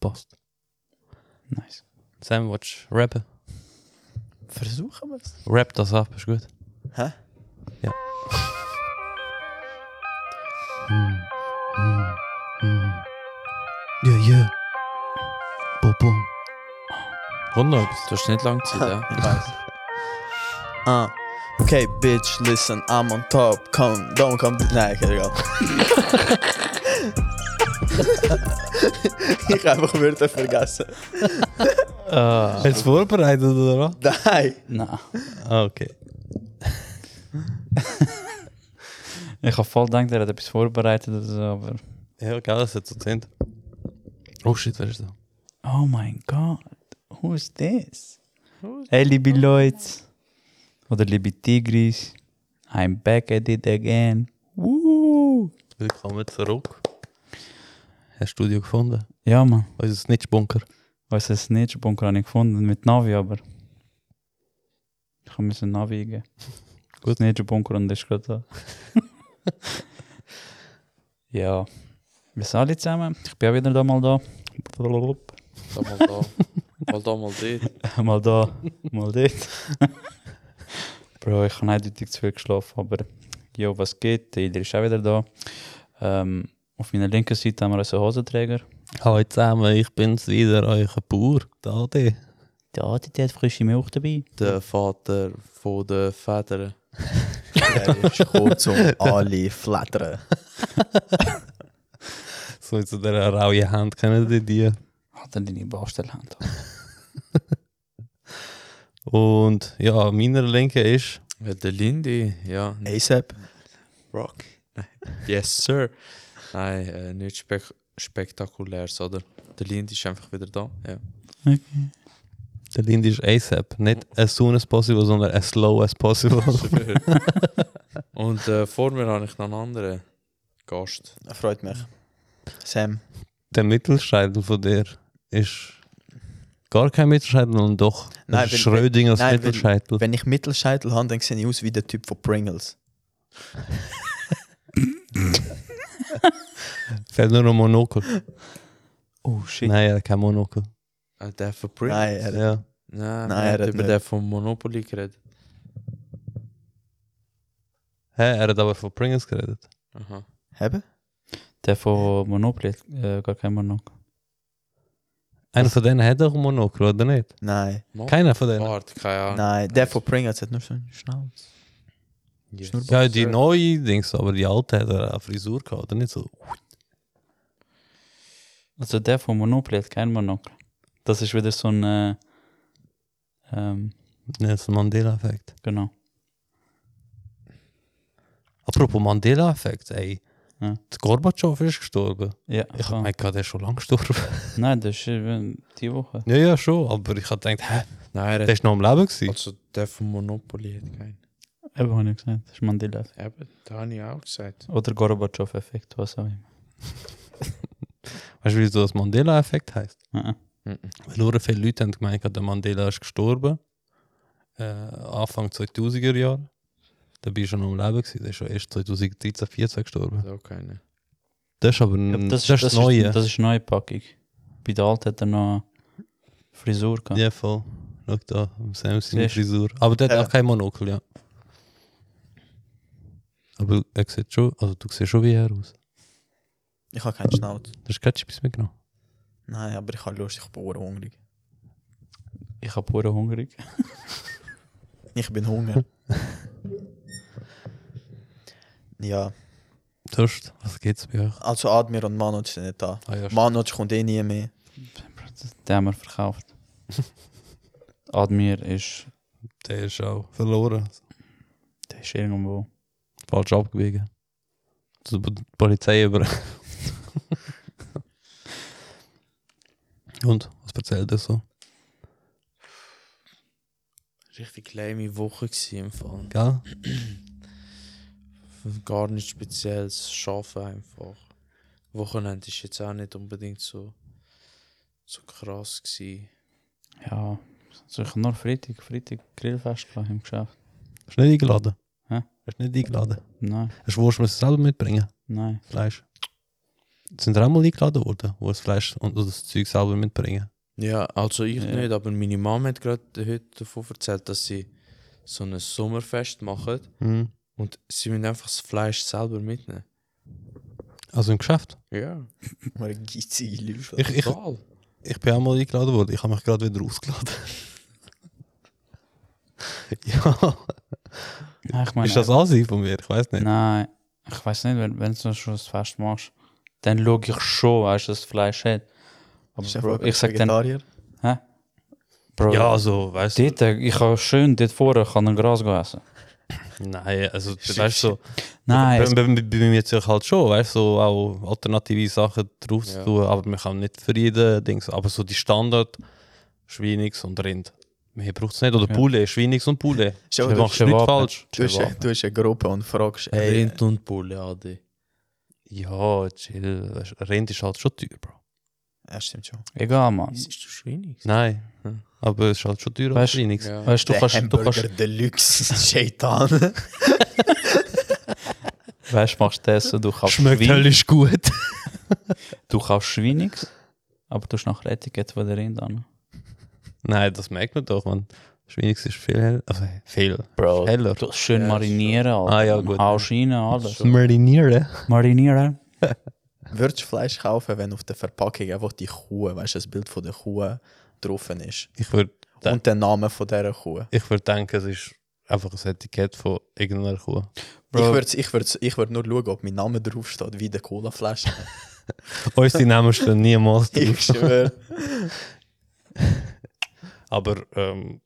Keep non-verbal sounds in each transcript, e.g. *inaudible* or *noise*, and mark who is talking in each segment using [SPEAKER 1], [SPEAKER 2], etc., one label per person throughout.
[SPEAKER 1] passt.
[SPEAKER 2] Nice.
[SPEAKER 1] Sam, willst du rappen?
[SPEAKER 2] Versuchen wir es.
[SPEAKER 1] Rap das ab, ist gut.
[SPEAKER 2] Hä?
[SPEAKER 1] Ja.
[SPEAKER 2] Ja, ja. Bum, bum.
[SPEAKER 1] Kommt noch etwas?
[SPEAKER 3] Du hast nicht lang Zeit, ja?
[SPEAKER 2] *laughs* Ich weiß. ah. Okay, bitch, listen, I'm on top. Come, don't come. Nein, okay, egal. ich habe einfach Wörter vergessen.
[SPEAKER 3] Eh,
[SPEAKER 1] Hast du es vorbereitet oder was?
[SPEAKER 2] Nein.
[SPEAKER 3] Nein.
[SPEAKER 1] Ah, okay.
[SPEAKER 3] Ich habe voll gedacht, er hat etwas vorbereitet oder so, aber...
[SPEAKER 1] Ja, geil, das hat so zehnt. Oh shit, wer ist da?
[SPEAKER 3] Oh mein Gott, who is this? Hey, liebe Leute. Oder liebe Tigris. I'm back at it again. Woo!
[SPEAKER 1] Willkommen zurück. Hast du Studio gefunden?
[SPEAKER 3] Ja, man.
[SPEAKER 1] Unser Snitch-Bunker.
[SPEAKER 3] Weißt du, das Snitch-Bunker habe ich gefunden. Mit Navi aber. Ich musste Navi eingeben.
[SPEAKER 4] *laughs*
[SPEAKER 1] Gut.
[SPEAKER 3] Snitch-Bunker und das ist gerade da. ja. Wir sind alle zusammen. Ich bin auch wieder da mal da.
[SPEAKER 4] Da mal da. mal da, mal dort.
[SPEAKER 3] *laughs* mal da, mal dort. *laughs* Bro, ich habe eindeutig zu viel geschlafen, aber jo, was geht? Der Ider ist auch wieder da. Ähm, auf meiner linken Seite haben wir unseren Hosenträger.
[SPEAKER 1] Hallo zusammen, ich bin's wieder, euer Bauer, der Ade.
[SPEAKER 3] Der Adi der hat frische Milch dabei.
[SPEAKER 4] Der Vater von den Federn.
[SPEAKER 2] Er ist gekommen, um alle flattern.
[SPEAKER 1] So jetzt der raue Hand, kennen die die?
[SPEAKER 3] Hat er deine Baustellhand?
[SPEAKER 1] Und ja, an meiner Linke ist
[SPEAKER 4] Ja, der Lindy, ja.
[SPEAKER 2] ASAP.
[SPEAKER 4] Rock. Yes, sir. Nein, äh, nicht spek spektakuläres, oder? Der Lindy ist einfach wieder da. Ja.
[SPEAKER 1] der Lindy ist ASAP. Nicht as soon as possible, sondern as slow as possible.
[SPEAKER 4] *laughs* Und äh, vor mir habe ich noch einen anderen Gast.
[SPEAKER 2] Freut mich. Sam.
[SPEAKER 1] der Mittelscheitel von dir ist gar kein Mittelscheitel und doch
[SPEAKER 2] Nein,
[SPEAKER 1] nein,
[SPEAKER 2] wenn-
[SPEAKER 1] Schrödingers
[SPEAKER 2] nein, wenn-
[SPEAKER 1] Mittelscheitel.
[SPEAKER 2] Wenn ich Mittelscheitel habe, dann sehe ich aus wie der Typ von Pringles.
[SPEAKER 1] Fällt nur ein Monokel.
[SPEAKER 3] Oh shit.
[SPEAKER 1] Nein, er hat kein Monokel.
[SPEAKER 4] Äh, der von Pring.
[SPEAKER 2] Nein, er,
[SPEAKER 1] Ja.
[SPEAKER 2] Nein,
[SPEAKER 4] Nein, wir
[SPEAKER 2] er
[SPEAKER 4] haben
[SPEAKER 2] hat
[SPEAKER 4] über
[SPEAKER 2] nicht.
[SPEAKER 4] den von Monopoly geredet.
[SPEAKER 1] Hä, er hat aber von Pringles geredet.
[SPEAKER 4] Aha.
[SPEAKER 2] Hebe?
[SPEAKER 3] Der von Monopoly hat äh, gar kein Monokel.
[SPEAKER 1] Einer von denen hat doch ein Monokel, oder nicht?
[SPEAKER 2] Nein.
[SPEAKER 4] Mo-
[SPEAKER 1] Keiner von denen.
[SPEAKER 4] Bart, keine Ahnung.
[SPEAKER 2] Nein, der von Pringles hat nur so einen Schnauz.
[SPEAKER 4] Yes,
[SPEAKER 1] Ja, die
[SPEAKER 4] sir.
[SPEAKER 1] neue Dings, aber die alte hat er eine Frisur gehabt, oder nicht so?
[SPEAKER 3] Also der von Monopoly hat kein Monokel. Das ist wieder so ein. Äh, ähm,
[SPEAKER 1] Nelson Mandela-Effekt.
[SPEAKER 3] genau.
[SPEAKER 1] Apropos Mandela-Effekt, ey.
[SPEAKER 3] Ja.
[SPEAKER 1] Der Gorbatschow ist gestorben.
[SPEAKER 3] Ja,
[SPEAKER 1] Ich
[SPEAKER 3] so.
[SPEAKER 1] hab mein Gott, der ist schon lange gestorben.
[SPEAKER 3] Nein, das ist äh, die Woche.
[SPEAKER 1] *laughs* ja, ja, schon. Aber ich hab gedacht, hä,
[SPEAKER 4] Nein, er
[SPEAKER 1] der
[SPEAKER 4] hat,
[SPEAKER 1] ist noch am Leben gewesen.
[SPEAKER 4] also der von Monopoly hat keinen.
[SPEAKER 3] Eben habe ich gesagt. Das ist Mandela.
[SPEAKER 4] Eben, da habe ich auch gesagt.
[SPEAKER 3] Oder Gorbatschow-Effekt, was auch immer.
[SPEAKER 1] Also, Weißt du, wieso das Mandela-Effekt heißt?
[SPEAKER 3] Äh, äh.
[SPEAKER 1] Weil nur viele Leute haben gemeint, der Mandela ist gestorben. Äh, Anfang 2000er Jahre. Da bin ich schon am Leben gewesen. Der ist schon erst 2013, 14 gestorben.
[SPEAKER 4] Da keine.
[SPEAKER 1] Das ist aber
[SPEAKER 3] Ja,
[SPEAKER 1] ein, das, ist Mm, das, Neue.
[SPEAKER 3] Ist, das ist eine neue Packung. Bei der alten hat er noch Frisur gehabt.
[SPEAKER 1] ja, voll. Schau da, am Sam seine
[SPEAKER 3] Siehst du?
[SPEAKER 1] Frisur. Aber der hat
[SPEAKER 2] Ja.
[SPEAKER 1] auch kein Monokel, ja. Aber er sieht schon, also du siehst schon wie er aus.
[SPEAKER 2] Ich habe keinen Schnauz.
[SPEAKER 1] Du hast keine Chips mitgenommen.
[SPEAKER 2] Nein, aber ich habe Lust, ich bin verdammt hungrig.
[SPEAKER 3] Ich habe pure hungrig.
[SPEAKER 2] Ich bin
[SPEAKER 3] *laughs*
[SPEAKER 2] hungrig. ja,
[SPEAKER 1] Durst, was geht's bei euch?
[SPEAKER 2] also Admir und Manoc sind nicht da.
[SPEAKER 1] Ah, ja, stimmt.
[SPEAKER 2] Manoc kommt eh nie mehr.
[SPEAKER 3] Den haben
[SPEAKER 1] *laughs*
[SPEAKER 3] wir verkauft. Admir ist,
[SPEAKER 1] der ist auch verloren.
[SPEAKER 3] der ist irgendwo.
[SPEAKER 1] Falsch abgewiegen. Zur P- Polizei über. Und, was erzählt er so?
[SPEAKER 4] Richtig lame Woche gewesen im Fall.
[SPEAKER 1] Gell?
[SPEAKER 4] Gar nichts Spezielles, Schaffen einfach. Wochenende ist jetzt auch nicht unbedingt so, so krass gewesen.
[SPEAKER 3] Ja, also ich habe nur Freitag, Freitag Grillfest gehabt im Geschäft.
[SPEAKER 1] Hast du nicht eingeladen?
[SPEAKER 3] Hä?
[SPEAKER 1] Hast du nicht eingeladen?
[SPEAKER 3] Nein,
[SPEAKER 1] Hast du Wurst müssen selber mitbringen?
[SPEAKER 3] nein.
[SPEAKER 1] Fleisch. Sind da auch mal eingeladen worden, wo das Fleisch und oder das Zeug selber mitbringen?
[SPEAKER 4] Ja, also ich
[SPEAKER 3] Ja.
[SPEAKER 4] nicht, aber meine Mama hat gerade heute davon erzählt, dass sie so ein Sommerfest machen
[SPEAKER 1] Mhm.
[SPEAKER 4] und sie müssen einfach das Fleisch selber mitnehmen.
[SPEAKER 1] Also im Geschäft.
[SPEAKER 4] Ja,
[SPEAKER 2] Mal geizige Leute.
[SPEAKER 1] Ich, ich,
[SPEAKER 4] total.
[SPEAKER 1] ich bin auch mal eingeladen worden. Ich habe mich gerade wieder ausgeladen. *laughs* ja.
[SPEAKER 3] Ja, ich meine,
[SPEAKER 1] Ist das Ansehen von mir? Ich weiß nicht.
[SPEAKER 3] Nein, ich weiß nicht, wenn, wenn du schon das Fest machst, dann schaue ich schon, weißt du, dass das Fleisch hat. Aber Bro, ich sag dann,
[SPEAKER 2] Vegetarier.
[SPEAKER 3] Bro,
[SPEAKER 1] Ja,
[SPEAKER 3] ja,
[SPEAKER 1] also, weißt du.
[SPEAKER 3] dort, äh, ich kann schön dort vorne kann ein Gras essen.
[SPEAKER 1] Nein, also, weißt du, so,
[SPEAKER 3] Nein,
[SPEAKER 1] bei,
[SPEAKER 3] es,
[SPEAKER 1] bei, bei, bei mir sich halt schon, weißt du, so auch alternative Sachen drauf zu
[SPEAKER 4] Ja.
[SPEAKER 1] tun, aber wir kann nicht für jeden Dings, aber so die Standard, Schweinix und Rind. Mehr braucht es nicht. Oder
[SPEAKER 3] Ja.
[SPEAKER 1] Poulet, Schweinix und Poulet.
[SPEAKER 2] Schau,
[SPEAKER 1] du
[SPEAKER 2] du-
[SPEAKER 1] machst nichts
[SPEAKER 3] Schwab-
[SPEAKER 1] falsch.
[SPEAKER 2] Du hast, du hast eine Gruppe und fragst, hey,
[SPEAKER 4] Rind und Bulle, Adi.
[SPEAKER 1] äh, Ja, chill. weisst du, Rind ist halt schon teuer, Bro.
[SPEAKER 2] ja, stimmt schon.
[SPEAKER 3] egal, Mann.
[SPEAKER 4] Ist du Schweinig?
[SPEAKER 1] Nein,
[SPEAKER 4] Hm.
[SPEAKER 1] aber es ist halt schon teurer als
[SPEAKER 3] Weißt-
[SPEAKER 1] Schweinix.
[SPEAKER 4] Ja.
[SPEAKER 3] Weißt du, du
[SPEAKER 2] Der
[SPEAKER 3] kannst, du
[SPEAKER 2] Hamburger
[SPEAKER 3] kannst,
[SPEAKER 2] Deluxe, *laughs* Shaitan.
[SPEAKER 3] *laughs* weißt, du, machst das, du kaufst Schwein,
[SPEAKER 1] höllisch gut.
[SPEAKER 3] du kaufst Schweinix, aber du hast nachher Etikett von der Rind an.
[SPEAKER 1] Nein, das merkt man doch, man. Schweinix ist viel heller. Also, viel.
[SPEAKER 3] Bro,
[SPEAKER 1] Heller.
[SPEAKER 3] du- schön
[SPEAKER 4] Ja,
[SPEAKER 3] marinieren, Alter.
[SPEAKER 1] Ah, ja,
[SPEAKER 3] Dann
[SPEAKER 1] gut.
[SPEAKER 3] Haust rein, alles.
[SPEAKER 1] Marinieren.
[SPEAKER 3] Marinieren?
[SPEAKER 2] *laughs* Würdest du Fleisch kaufen, wenn auf der Verpackung einfach die Kuh, weißt du, das Bild von der Kuh drauf ist?
[SPEAKER 1] Ich würde Ja.
[SPEAKER 2] Und der Name von dieser Kuh.
[SPEAKER 1] ich würd denken, es ist einfach ein Etikett von irgendeiner Kuh.
[SPEAKER 3] Bro.
[SPEAKER 2] Ich würde ich würd's, ich würd nur schauen, ob mein Name draufsteht, wie der Colaflasche.
[SPEAKER 1] Unsere Namen stehen niemals
[SPEAKER 2] ich
[SPEAKER 1] drauf.
[SPEAKER 2] schwöre.
[SPEAKER 1] Aber ähm,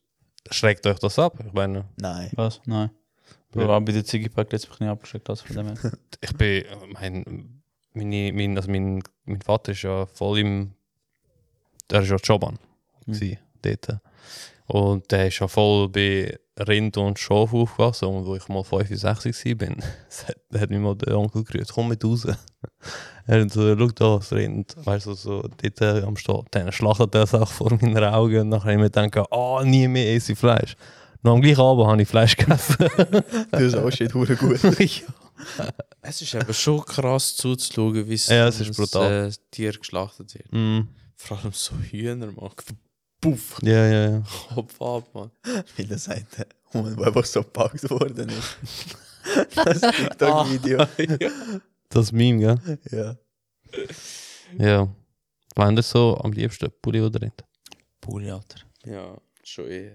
[SPEAKER 1] schreckt euch das ab. Ich meine,
[SPEAKER 2] Nein.
[SPEAKER 3] Was? Nein. Bro,
[SPEAKER 1] Ja.
[SPEAKER 3] aber bei der Ziggy-Pack letztes Mal nicht abgeschickt, also von dem her.
[SPEAKER 1] ich bin, äh, mein, meine, mein, also mein, mein Vater ist ja voll im, der ist ja Joban mhm. dort. Und der ist ja voll bei Rind und Schaf aufgewachsen. Und wo ich mal 65 *laughs* war, hat, hat mich mal der Onkel gerührt, komm mit raus. *laughs* Er hat so, schau da, das Rind. Weißt du, so dort äh, am Stall. Dann schlachtet er das auch vor meinen Augen. Und nachher habe ich mir gedacht, ah, nie mehr esse ich Fleisch. Noch am gleichen Abend habe ich Fleisch *laughs* gegessen.
[SPEAKER 2] Du hast auch shit hure gut.
[SPEAKER 4] Es ist eben schon krass zuzuschauen, wie so
[SPEAKER 1] Ja, es ist
[SPEAKER 4] ein,
[SPEAKER 1] brutal.
[SPEAKER 4] äh, Tier geschlachtet wird.
[SPEAKER 1] mm.
[SPEAKER 4] Vor allem so Hühner, Mann. Puff, *laughs*
[SPEAKER 1] Ja, ja, ja.
[SPEAKER 4] Kopf ab, Mann.
[SPEAKER 2] Viele Seiten, wo man einfach so gepackt worden ist. Das TikTok-Video.
[SPEAKER 1] Das Meme, gell?
[SPEAKER 2] ja.
[SPEAKER 1] Ja. Wenn ihr so am liebsten Pulli oder Rind?
[SPEAKER 3] Pulli, Alter.
[SPEAKER 4] Ja, schon eher.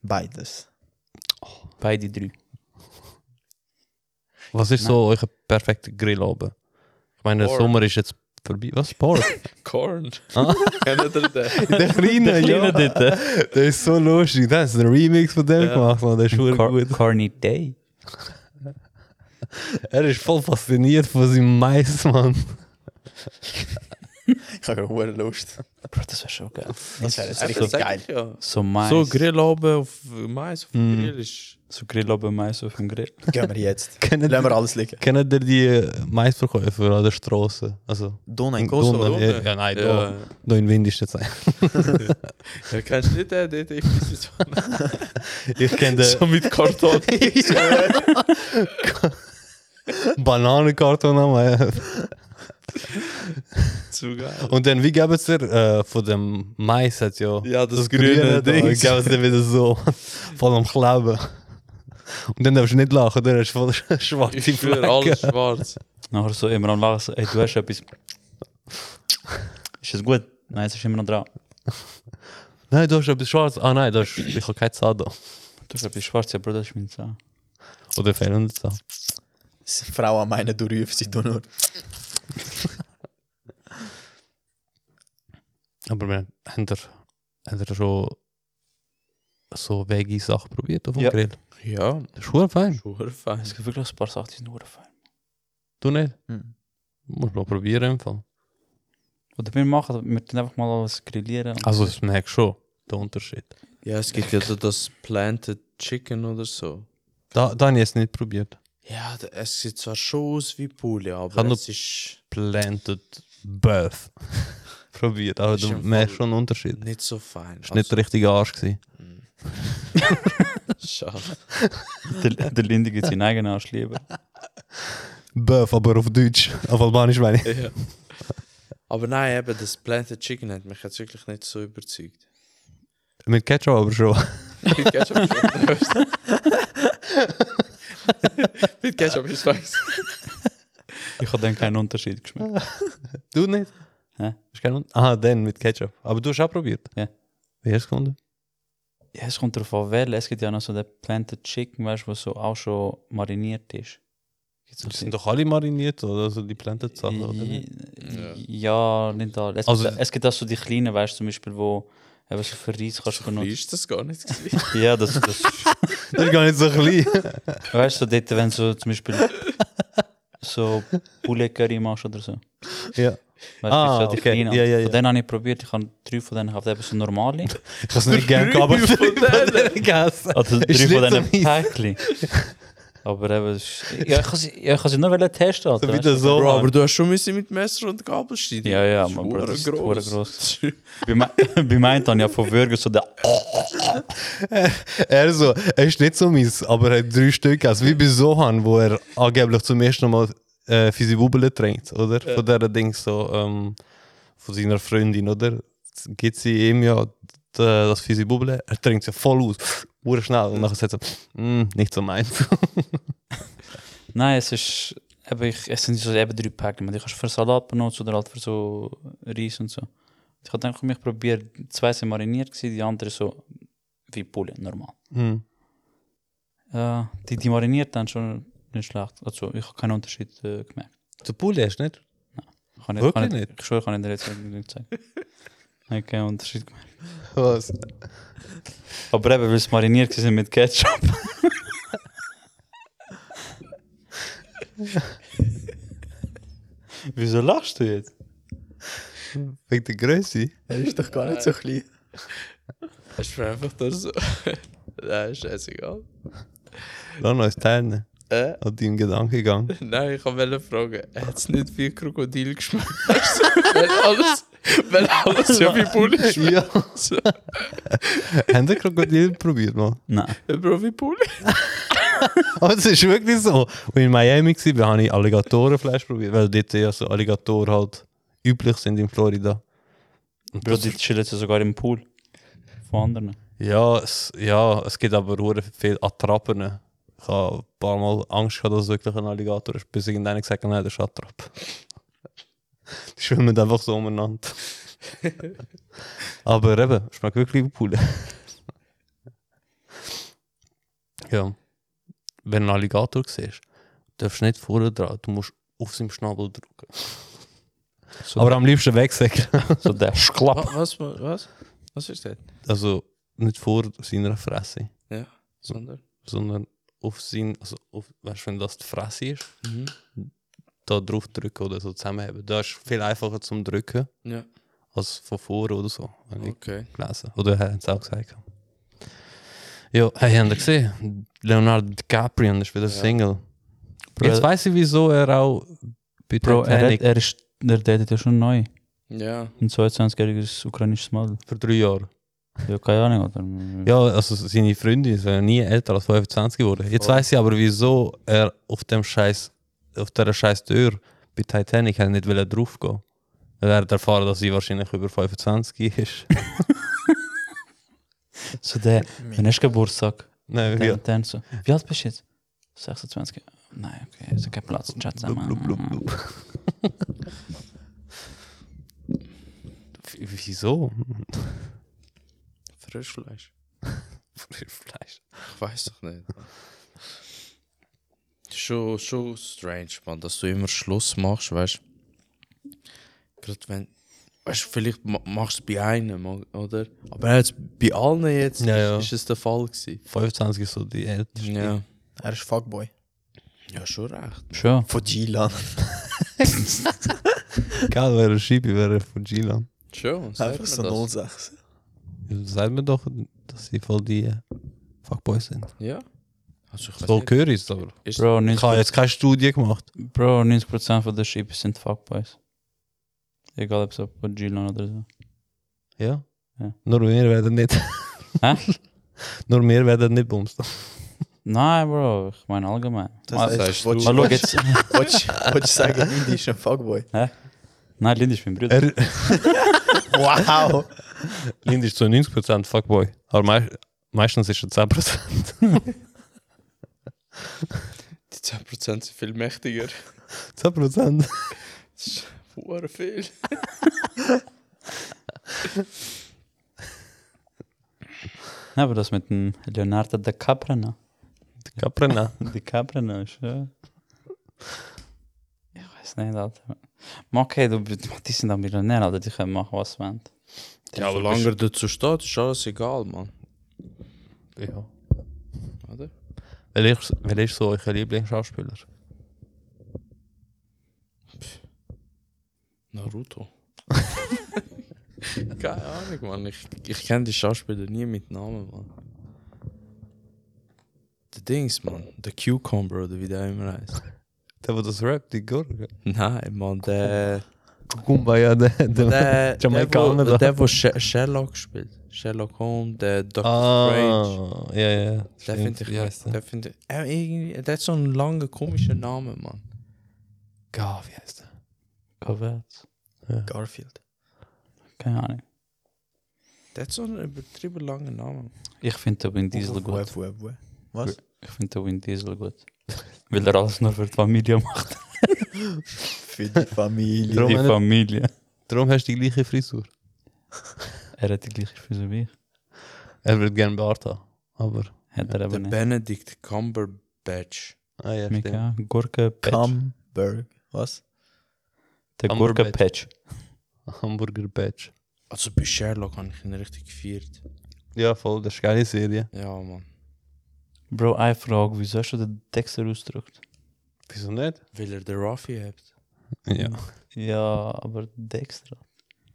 [SPEAKER 2] Beides.
[SPEAKER 3] Beide drei.
[SPEAKER 1] Was ist so euer perfekter Grillabend? Ich meine, der
[SPEAKER 4] Pork.
[SPEAKER 1] Sommer ist jetzt vorbei. Was? Pork?
[SPEAKER 4] Korn. *laughs*
[SPEAKER 1] Ah.
[SPEAKER 4] Kennt ihr den?
[SPEAKER 1] *laughs* der kleine,
[SPEAKER 3] ja.
[SPEAKER 1] dort. Der ist so lustig. Der hat einen Remix von dem
[SPEAKER 4] Ja.
[SPEAKER 1] gemacht, man. Der ist super
[SPEAKER 3] Car
[SPEAKER 1] gut.
[SPEAKER 3] Carny Day.
[SPEAKER 1] Er ist voll fasziniert von seinem Mais, Mann. *laughs*
[SPEAKER 2] Ich habe gerade hure Lust.
[SPEAKER 3] Bro, das wäre schon geil.
[SPEAKER 2] Das wäre jetzt
[SPEAKER 4] Eben,
[SPEAKER 2] richtig
[SPEAKER 4] sag ich
[SPEAKER 2] geil.
[SPEAKER 4] Ja.
[SPEAKER 3] So Mais.
[SPEAKER 4] So Grillabend auf Mais auf dem
[SPEAKER 1] Mm.
[SPEAKER 4] Grill ist.
[SPEAKER 3] So Grillabend Mais auf dem Grill.
[SPEAKER 2] Gehen wir jetzt.
[SPEAKER 1] Kennt
[SPEAKER 2] Lassen wir
[SPEAKER 1] ihr,
[SPEAKER 2] alles liegen.
[SPEAKER 1] kennt ihr die äh, Maisverkäufer an der Straße? Also,
[SPEAKER 2] Dona
[SPEAKER 1] in
[SPEAKER 2] in Kosovo.
[SPEAKER 1] Donau, ja,
[SPEAKER 4] oder?
[SPEAKER 1] ja, nein, da,
[SPEAKER 4] Ja.
[SPEAKER 1] da in Wind ist jetzt ein.
[SPEAKER 4] ja, kennst du nicht den? Der der ist jetzt
[SPEAKER 1] *laughs* Ich kenne den
[SPEAKER 4] so mit Karton.
[SPEAKER 1] *laughs*
[SPEAKER 4] *laughs*
[SPEAKER 1] Bananenkarton am äh,
[SPEAKER 4] Zu geil.
[SPEAKER 1] Und dann, wie geben es dir äh, von dem Mais, hat ja,
[SPEAKER 4] Ja, das grüne
[SPEAKER 1] da,
[SPEAKER 4] Dings.
[SPEAKER 1] Geben es dir wieder so, *laughs* voll am Kleben. Und dann darfst du nicht lachen, dann hast du voll *laughs* sch- schwarze
[SPEAKER 4] Ich schwöre, alles
[SPEAKER 1] Flecken.
[SPEAKER 4] schwarz.
[SPEAKER 3] Nachher so immer am Lachen. So, ey, du hast etwas. Ist es gut? Nein, es ist immer noch dran.
[SPEAKER 1] Nein, du hast etwas schwarz. Ah nein, das ist, ich habe keine Zahn da.
[SPEAKER 3] Du hast etwas schwarz, ja, Bro, das ist mein Zahn.
[SPEAKER 1] Oder fehlende Zahn.
[SPEAKER 2] Frauen meinen, du rufst sie nur.
[SPEAKER 1] Aber wir haben da, haben da schon so veggie Sachen probiert auf dem
[SPEAKER 3] Ja.
[SPEAKER 1] Grill.
[SPEAKER 4] Ja,
[SPEAKER 1] Das ist schon fein.
[SPEAKER 4] schon fein.
[SPEAKER 3] Es gibt wirklich ein paar Sachen, die sind nur fein.
[SPEAKER 1] Du nicht?
[SPEAKER 4] Hm.
[SPEAKER 2] Mhm.
[SPEAKER 1] Muss mal probieren im Fall.
[SPEAKER 3] Oder wir machen, wir tun einfach mal alles grillieren. und-
[SPEAKER 1] Also, das merkst du schon, den Unterschied.
[SPEAKER 4] Ja, es gibt ja da das Planted Chicken oder so.
[SPEAKER 1] Da, da habe ich es nicht probiert.
[SPEAKER 4] Ja, da- es sieht zwar schon aus wie Pulli, aber
[SPEAKER 1] Kann
[SPEAKER 4] es ist
[SPEAKER 1] Planted Birth *laughs* probiert. Aber
[SPEAKER 4] Ist
[SPEAKER 1] du
[SPEAKER 4] im
[SPEAKER 1] merkst
[SPEAKER 4] Fall- Also-
[SPEAKER 1] schon einen Unterschied.
[SPEAKER 4] nicht so fein.
[SPEAKER 1] Ist nicht der richtige Arsch gewesen.
[SPEAKER 4] Schade. *laughs*
[SPEAKER 3] Der, der Linde gibt seinen eigenen Arsch lieber.
[SPEAKER 1] Böf, aber auf Deutsch. Auf Albanisch meine ich.
[SPEAKER 4] Ja. Aber nein, eben, das Planted Chicken hat mich jetzt wirklich nicht so überzeugt.
[SPEAKER 1] Mit Ketchup aber schon.
[SPEAKER 4] Mit Ketchup ist Mit Ketchup ist weiß.
[SPEAKER 3] Ich habe dann keinen Unterschied geschmeckt.
[SPEAKER 1] Du nicht?
[SPEAKER 3] Hä?
[SPEAKER 1] Ist kein Un- Aha, dann mit Ketchup. Aber du hast auch probiert.
[SPEAKER 3] Ja.
[SPEAKER 1] Wie hast du es gefunden?
[SPEAKER 3] Ja, es kommt darauf an, weil es gibt ja noch so den Planted Chicken, weißt du, was so auch schon mariniert ist. Gibt's
[SPEAKER 1] Die
[SPEAKER 3] das
[SPEAKER 1] sind doch alle mariniert oder so die planted Sachen, oder nicht?
[SPEAKER 3] Also, nicht? Ja, nicht alle. Es,
[SPEAKER 1] Also-
[SPEAKER 3] gibt, es gibt auch so die kleinen, weißt du, zum Beispiel, wo eben so für Reis
[SPEAKER 4] Also,
[SPEAKER 3] kannst du benutzen.
[SPEAKER 4] Ist das gar nicht gewesen?
[SPEAKER 3] Ja, das, das
[SPEAKER 1] Das ist gar nicht so klein. *laughs*
[SPEAKER 3] weißt du, so dort, wenn so zum Beispiel so Poulet Curry machst oder so.
[SPEAKER 1] ja.
[SPEAKER 3] Weißt du,
[SPEAKER 1] Ah,
[SPEAKER 3] so die
[SPEAKER 1] okay.
[SPEAKER 3] kleinen.
[SPEAKER 1] Ja, ja, ja.
[SPEAKER 3] Von denen habe ich probiert, ich habe drei von denen gehabt, eben so
[SPEAKER 1] *laughs*
[SPEAKER 3] normale.
[SPEAKER 1] Ich habe es nicht gern gehabt, aber *laughs* ich habe
[SPEAKER 3] Also drei
[SPEAKER 1] Ist
[SPEAKER 3] von
[SPEAKER 1] nicht
[SPEAKER 3] diesen
[SPEAKER 1] so mies.
[SPEAKER 3] Päckchen. Aber eben, es ist- ja, ich kann sie- ja, ich kann sie nur wollen testen. Alter,
[SPEAKER 1] So wie
[SPEAKER 3] weißt du?
[SPEAKER 1] der so.
[SPEAKER 4] Bro, *laughs* aber du hast schon müssen mit Messer und Gabel schneiden.
[SPEAKER 3] Ja, ja,
[SPEAKER 4] ist
[SPEAKER 3] man, Bro, das ist
[SPEAKER 4] hure
[SPEAKER 3] hure gross.
[SPEAKER 1] *laughs*
[SPEAKER 4] Das ist-
[SPEAKER 3] Bei *laughs* me- bei meinen habe ich ja von Würgen so den
[SPEAKER 1] Er, so, er ist nicht so mies, aber er hat drei Stück gegessen. Wie bei Sohan, wo er angeblich zum ersten Mal äh, fiese Bubble trinkt, oder? Von der Ding so, ähm, von seiner Freundin, oder? Gibt sie ihm ja d- das fiese Bubble, er trinkt sie voll aus, ur schnell. Und nachher sagt er, "Mm, nicht so meins.
[SPEAKER 3] Nein, es ist. Eben, ich, es sind so eben drei Päckchen. Man, Die kannst du für Salat benutzen oder halt für so Reis und so. Ich habe dann mich probiert, zwei sind mariniert, gewesen, die anderen so wie Pulle, normal.
[SPEAKER 1] Hm.
[SPEAKER 3] Ja, die, die mariniert dann schon nicht schlecht. Also, ich habe keinen Unterschied äh, gemerkt.
[SPEAKER 1] Zu Pulle hast du nicht?
[SPEAKER 3] Ich kann
[SPEAKER 1] Wirklich
[SPEAKER 3] kann
[SPEAKER 1] nicht?
[SPEAKER 3] Ich schwöre, ich kann nicht jetzt nicht zeigen. Ich habe keinen Unterschied gemerkt.
[SPEAKER 1] Was?
[SPEAKER 3] Aber eben, weil es mariniert gewesen sind mit Ketchup. *laughs* Wieso lachst du jetzt?
[SPEAKER 1] Wegen der Größe?
[SPEAKER 2] Er ist doch gar nicht so klein.
[SPEAKER 4] Hast du mir einfach nur so. *laughs* Nein, scheißegal.
[SPEAKER 1] Lass uns teilen.
[SPEAKER 4] Äh,
[SPEAKER 1] An deinem Gedankengang.
[SPEAKER 4] nein, ich wollte fragen, hat es nicht viel Krokodil geschmeckt? *laughs* weil alles, weil alles so wie *laughs* Bulli schmeckt.
[SPEAKER 1] ja. *laughs* Haben Sie Krokodil probiert, mal?
[SPEAKER 3] Nein.
[SPEAKER 4] Bro, wie *laughs* Bulli?
[SPEAKER 1] Aber es ist wirklich so. Und in Miami war, habe ich Alligatorenfleisch probiert, weil dort ja so Alligatoren halt üblich sind in Florida. Und
[SPEAKER 3] Bro,
[SPEAKER 1] das,
[SPEAKER 3] die chillen ja sogar im Pool. Von anderen.
[SPEAKER 1] ja, es, ja, es gibt aber sehr viele Attrappen. Ich habe ein paar Mal Angst gehabt, dass es wirklich ein Alligator ist, bis irgendeiner gesagt hat, nein, das ist eine Attrappe. Die schwimmen einfach so umeinander. aber eben, schmeckt wirklich wie Pulle. ja. Wenn du einen Alligator siehst, darfst du nicht vorne dran, du musst auf seinem Schnabel drücken.
[SPEAKER 3] So,
[SPEAKER 1] Aber am liebsten wegsäckeln.
[SPEAKER 3] so der Schlapp.
[SPEAKER 4] Was, was? Was ist das?
[SPEAKER 1] Also nicht vor seiner Fresse,
[SPEAKER 4] Ja, sondern.
[SPEAKER 1] sondern auf sein, also auf, weißt du, wenn das die Fresse ist,
[SPEAKER 4] Mhm.
[SPEAKER 1] da drauf drücken oder so zusammenheben. Das ist viel einfacher zum Drücken
[SPEAKER 4] Ja,
[SPEAKER 1] als von vorne oder so. Habe ich
[SPEAKER 4] okay.
[SPEAKER 1] gelesen. Oder haben sie auch gesagt. Ja, hey, habt ihr gesehen? Leonardo DiCaprio ist wieder Single.
[SPEAKER 3] Bro,
[SPEAKER 1] Jetzt weiß ich, wieso er auch bei
[SPEAKER 3] Bro, er,
[SPEAKER 1] Titanic
[SPEAKER 3] hat- er ist. Der datet ja schon neu.
[SPEAKER 4] Ja.
[SPEAKER 3] Ein 22-jähriges ukrainisches Model.
[SPEAKER 1] für drei Jahre.
[SPEAKER 3] Ja, keine Ahnung, oder?
[SPEAKER 1] Ja, also seine Freundin ist ja nie älter als 25 geworden. Jetzt weiß ich aber, wieso er auf dem Scheiß, auf der Scheiß Tür bei Titanic hat nicht wollte draufgehen. Weil er hat erfahren, dass sie wahrscheinlich über 25 ist.
[SPEAKER 3] So der, wenn hast du Geburtstag?
[SPEAKER 1] Nein,
[SPEAKER 3] Dann,
[SPEAKER 1] ja.
[SPEAKER 3] dann so. Wie alt bist du jetzt? er 26. Nein, okay, es ist kein Platz. Chat
[SPEAKER 1] Blub, blub, blub,
[SPEAKER 3] zusammen.
[SPEAKER 1] blub. W- Wieso?
[SPEAKER 4] Frischfleisch.
[SPEAKER 1] Fleisch.
[SPEAKER 4] Ich weiß doch nicht. Schon, schon strange, man, dass du immer Schluss machst, weißt du? Gerade wenn. Weißt du, vielleicht ma- machst du es bei einem, o- oder? Aber jetzt, bei allen jetzt
[SPEAKER 1] Ja,
[SPEAKER 4] ist,
[SPEAKER 1] ja.
[SPEAKER 4] ist es der Fall gewesen.
[SPEAKER 1] 25 ist so die älteste.
[SPEAKER 4] Ja.
[SPEAKER 2] Er ist Fuckboy.
[SPEAKER 4] Ja, schon recht.
[SPEAKER 3] Schon.
[SPEAKER 2] Von Gilan.
[SPEAKER 1] Egal, wäre Schibi, wäre von Gilan.
[SPEAKER 4] Schon, sagt
[SPEAKER 2] Einfach
[SPEAKER 4] man
[SPEAKER 2] so 06.
[SPEAKER 1] Sagt mir doch, dass sie voll die äh, Fuckboys sind.
[SPEAKER 4] Ja. Also, ich weiß
[SPEAKER 1] So
[SPEAKER 4] nicht.
[SPEAKER 1] höre ich es aber.
[SPEAKER 4] Ist,
[SPEAKER 3] Bro,
[SPEAKER 1] Ich habe
[SPEAKER 3] 90%,
[SPEAKER 1] jetzt keine Studie gemacht.
[SPEAKER 3] Bro, 90 von der Ships sind Fuckboys. Egal, ob es von Gilan oder so.
[SPEAKER 1] Ja.
[SPEAKER 3] Ja.
[SPEAKER 1] *laughs* Nur wir werden nicht.
[SPEAKER 3] Hä?
[SPEAKER 1] Nur wir werden nicht bumst.
[SPEAKER 3] Nein, Bro, ich meine allgemein.
[SPEAKER 1] er
[SPEAKER 2] Das
[SPEAKER 3] mal,
[SPEAKER 4] heißt,
[SPEAKER 2] heißt,
[SPEAKER 4] sagst
[SPEAKER 2] wolltest
[SPEAKER 3] mal
[SPEAKER 2] du
[SPEAKER 3] schau jetzt. *laughs*
[SPEAKER 2] wolltest- wolltest du sagen, Lindy ist ein Fuckboy?
[SPEAKER 3] Nein, Lind ist mein Bruder.
[SPEAKER 1] Er,
[SPEAKER 2] Wow!
[SPEAKER 1] Lind ist zu 90% Fuckboy. Aber mei meistens ist er 10%. *laughs*
[SPEAKER 4] Die 10% sind viel mächtiger. *laughs*
[SPEAKER 1] 10%?
[SPEAKER 4] Fuhr viel.
[SPEAKER 3] Nein, aber das mit dem er Leonardo DiCaprio. ne?
[SPEAKER 1] Caprena.
[SPEAKER 3] *laughs* DiCaprio nou, eh. ne, ist, ja. Ich weiß nicht, Alter. Ma, Okay, du, die sind am Millionär, Alter, die können machen, was sie wollen.
[SPEAKER 4] Ja, aber solange er dazu steht, ist alles egal, Mann.
[SPEAKER 1] Ja.
[SPEAKER 4] Oder?
[SPEAKER 1] Wer ist, wer ist so euer Lieblingsschauspieler?
[SPEAKER 4] *laughs* Naruto. Keine Ahnung, Mann. Ich, ich kenne die Schauspieler nie mit Namen, Mann. Der Dings, Mann. Der Cucumber, oder wie der immer heißt.
[SPEAKER 1] Der, der das rappt, dus die Gurke.
[SPEAKER 4] Nein, Mann, der.
[SPEAKER 1] Kumbaya, der, der,
[SPEAKER 4] Der, der,
[SPEAKER 1] Jamaikaner da.
[SPEAKER 4] der, der, wo She- Sherlock spielt. Sherlock Holmes, der Dr. Strange.
[SPEAKER 1] Ah, ja, ja.
[SPEAKER 4] Der
[SPEAKER 1] stimmt.
[SPEAKER 4] finde ich,
[SPEAKER 1] Wie heißt der?
[SPEAKER 4] der finde ich, äh, irgendwie, der hat so einen langen, komischen Namen, Mann.
[SPEAKER 1] Gar, wie heißt der?
[SPEAKER 3] Oh, Vorwärts.
[SPEAKER 2] Garfield.
[SPEAKER 3] Keine Ahnung.
[SPEAKER 4] Der hat so einen übertrieben langen Namen.
[SPEAKER 3] Ich finde den Win Diesel gut.
[SPEAKER 2] Web, web, web. Was?
[SPEAKER 3] Ich finde den Win Diesel gut. Weil er alles nur für die Familie macht.
[SPEAKER 1] *laughs*
[SPEAKER 2] Für die Familie.
[SPEAKER 1] Drum
[SPEAKER 3] Die
[SPEAKER 1] hat-
[SPEAKER 3] Familie.
[SPEAKER 1] Darum hast du die gleiche Frisur.
[SPEAKER 3] Er hat die gleiche Frisur wie ich.
[SPEAKER 1] Er wird gerne Bart haben. Aber.
[SPEAKER 3] Hat er aber
[SPEAKER 4] Der
[SPEAKER 3] nicht.
[SPEAKER 4] Benedict Cumberbatch.
[SPEAKER 1] Ah, ja, stimmt.
[SPEAKER 3] Mika, Gurkenpatch.
[SPEAKER 2] Camberg. Was?
[SPEAKER 3] Der
[SPEAKER 1] Hamburg.
[SPEAKER 3] Gurkenpatch.
[SPEAKER 1] Hamburger Patch.
[SPEAKER 4] Also bei Sherlock habe ich ihn richtig gefeiert.
[SPEAKER 1] Ja, voll, das ist eine geile Serie.
[SPEAKER 4] Ja, Mann.
[SPEAKER 3] Bro, eine Frage. Wieso hast du den Dexter ausgedrückt?
[SPEAKER 1] Wieso nicht?
[SPEAKER 4] Weil er den Raffi hat.
[SPEAKER 1] Ja.
[SPEAKER 3] Ja, aber Dexter.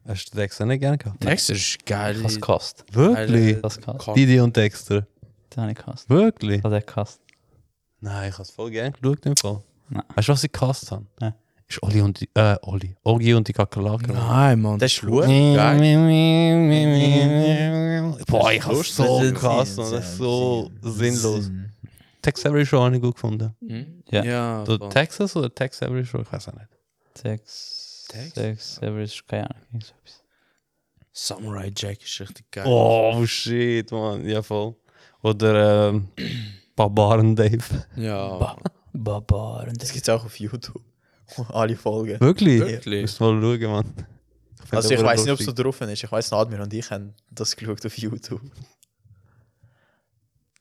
[SPEAKER 1] Hast du Dexter nicht gerne gehabt?
[SPEAKER 4] Dexter ist geil.
[SPEAKER 3] Das gehasst.
[SPEAKER 1] Wirklich?
[SPEAKER 3] Das gehasst.
[SPEAKER 1] Didi und Dexter.
[SPEAKER 3] Den habe ich gehasst.
[SPEAKER 1] Wirklich?
[SPEAKER 3] Hat er gehasst.
[SPEAKER 1] Nein, ich habe es voll gerne geschaut im Fall.
[SPEAKER 3] Nein.
[SPEAKER 1] Weißt du, was ich gehasst habe?
[SPEAKER 3] Nein.
[SPEAKER 1] Ist Oli und die, äh, Oli. Ogi und die Kakerlaken.
[SPEAKER 4] Nein, Mann. Der ist geil.
[SPEAKER 1] Boah, ich habe
[SPEAKER 2] Lust,
[SPEAKER 1] so
[SPEAKER 2] das ist-
[SPEAKER 1] gehasst und das ist so sinnlos. Tex Avery Show habe ich gut gefunden.
[SPEAKER 4] Hm?
[SPEAKER 3] Ja.
[SPEAKER 4] Ja,
[SPEAKER 1] So,
[SPEAKER 4] Mann.
[SPEAKER 1] Texas oder Tex Avery Show? Ich weiß auch nicht.
[SPEAKER 3] Dex.
[SPEAKER 4] Dex?
[SPEAKER 3] Dex. Average. Keine Ahnung. irgend so etwas.
[SPEAKER 4] Samurai Jack ist richtig geil.
[SPEAKER 1] Oh, shit, man. Ja, voll. Oder ähm, *clears throat* Barbaren Dave.
[SPEAKER 4] Ja.
[SPEAKER 3] Bah. Barbaren.
[SPEAKER 2] Das gibt's auch auf YouTube. *laughs* Alle Folgen.
[SPEAKER 1] Wirklich?
[SPEAKER 4] Wirklich.
[SPEAKER 1] Müssen wir mal schauen, man.
[SPEAKER 2] Also ich weiß nicht, ob es so drauf ist. Ich weiß, Admir und ich haben das geschaut auf YouTube.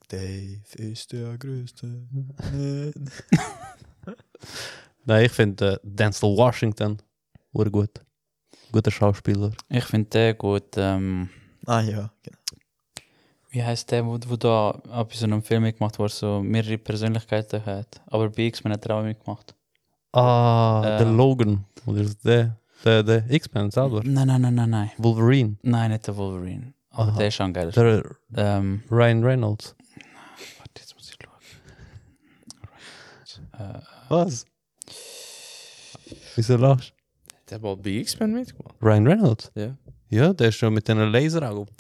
[SPEAKER 2] Dave ist der Größte. *laughs*
[SPEAKER 1] Nein, ich finde äh, Denzel Washington sehr gut. Guter Schauspieler.
[SPEAKER 3] Ich finde den gut. Ähm,
[SPEAKER 2] ah ja, genau.
[SPEAKER 3] wie heißt der, wo, wo da ab so einem Film mitgemacht wurde, so mehrere Persönlichkeiten hat. Aber bei X-Men hat er auch mitgemacht.
[SPEAKER 1] Ah,
[SPEAKER 3] Äh.
[SPEAKER 1] der Logan. Oder ist der, der, der X-Men selber.
[SPEAKER 3] Nein, nein, nein, nein, nein.
[SPEAKER 1] Wolverine.
[SPEAKER 3] Nein, nicht der Wolverine. Aber
[SPEAKER 1] Aha.
[SPEAKER 3] der ist schon geil.
[SPEAKER 1] Der
[SPEAKER 3] Ähm,
[SPEAKER 1] Ryan Reynolds.
[SPEAKER 3] warte, jetzt muss ich schauen. Äh,
[SPEAKER 1] Was? Wieso lachst
[SPEAKER 4] Der hat mal bei X-Men mitgemacht.
[SPEAKER 1] du? Ryan Reynolds?
[SPEAKER 4] Ja.
[SPEAKER 1] Ja, der ist schon mit einem Laserauge.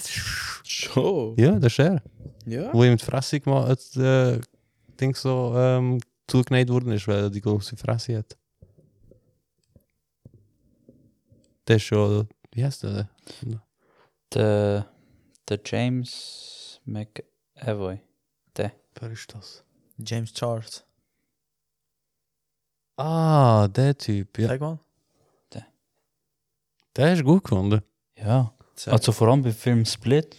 [SPEAKER 4] Schon.
[SPEAKER 1] Ja, das ist er.
[SPEAKER 4] Ja.
[SPEAKER 1] Wo ihm die Fresse gemacht äh, Ding so ähm, zugenäht worden ist, weil er die große Fresse hat. Der ist schon. Wie heißt der?
[SPEAKER 3] der, der James McAvoy.
[SPEAKER 1] Wer ist das?
[SPEAKER 2] James Charles.
[SPEAKER 1] Ah, der Typ, ja.
[SPEAKER 2] Sag mal.
[SPEAKER 1] Der ist gut gefunden.
[SPEAKER 3] Ja.
[SPEAKER 4] Zeig.
[SPEAKER 3] Also vor allem beim Film Split.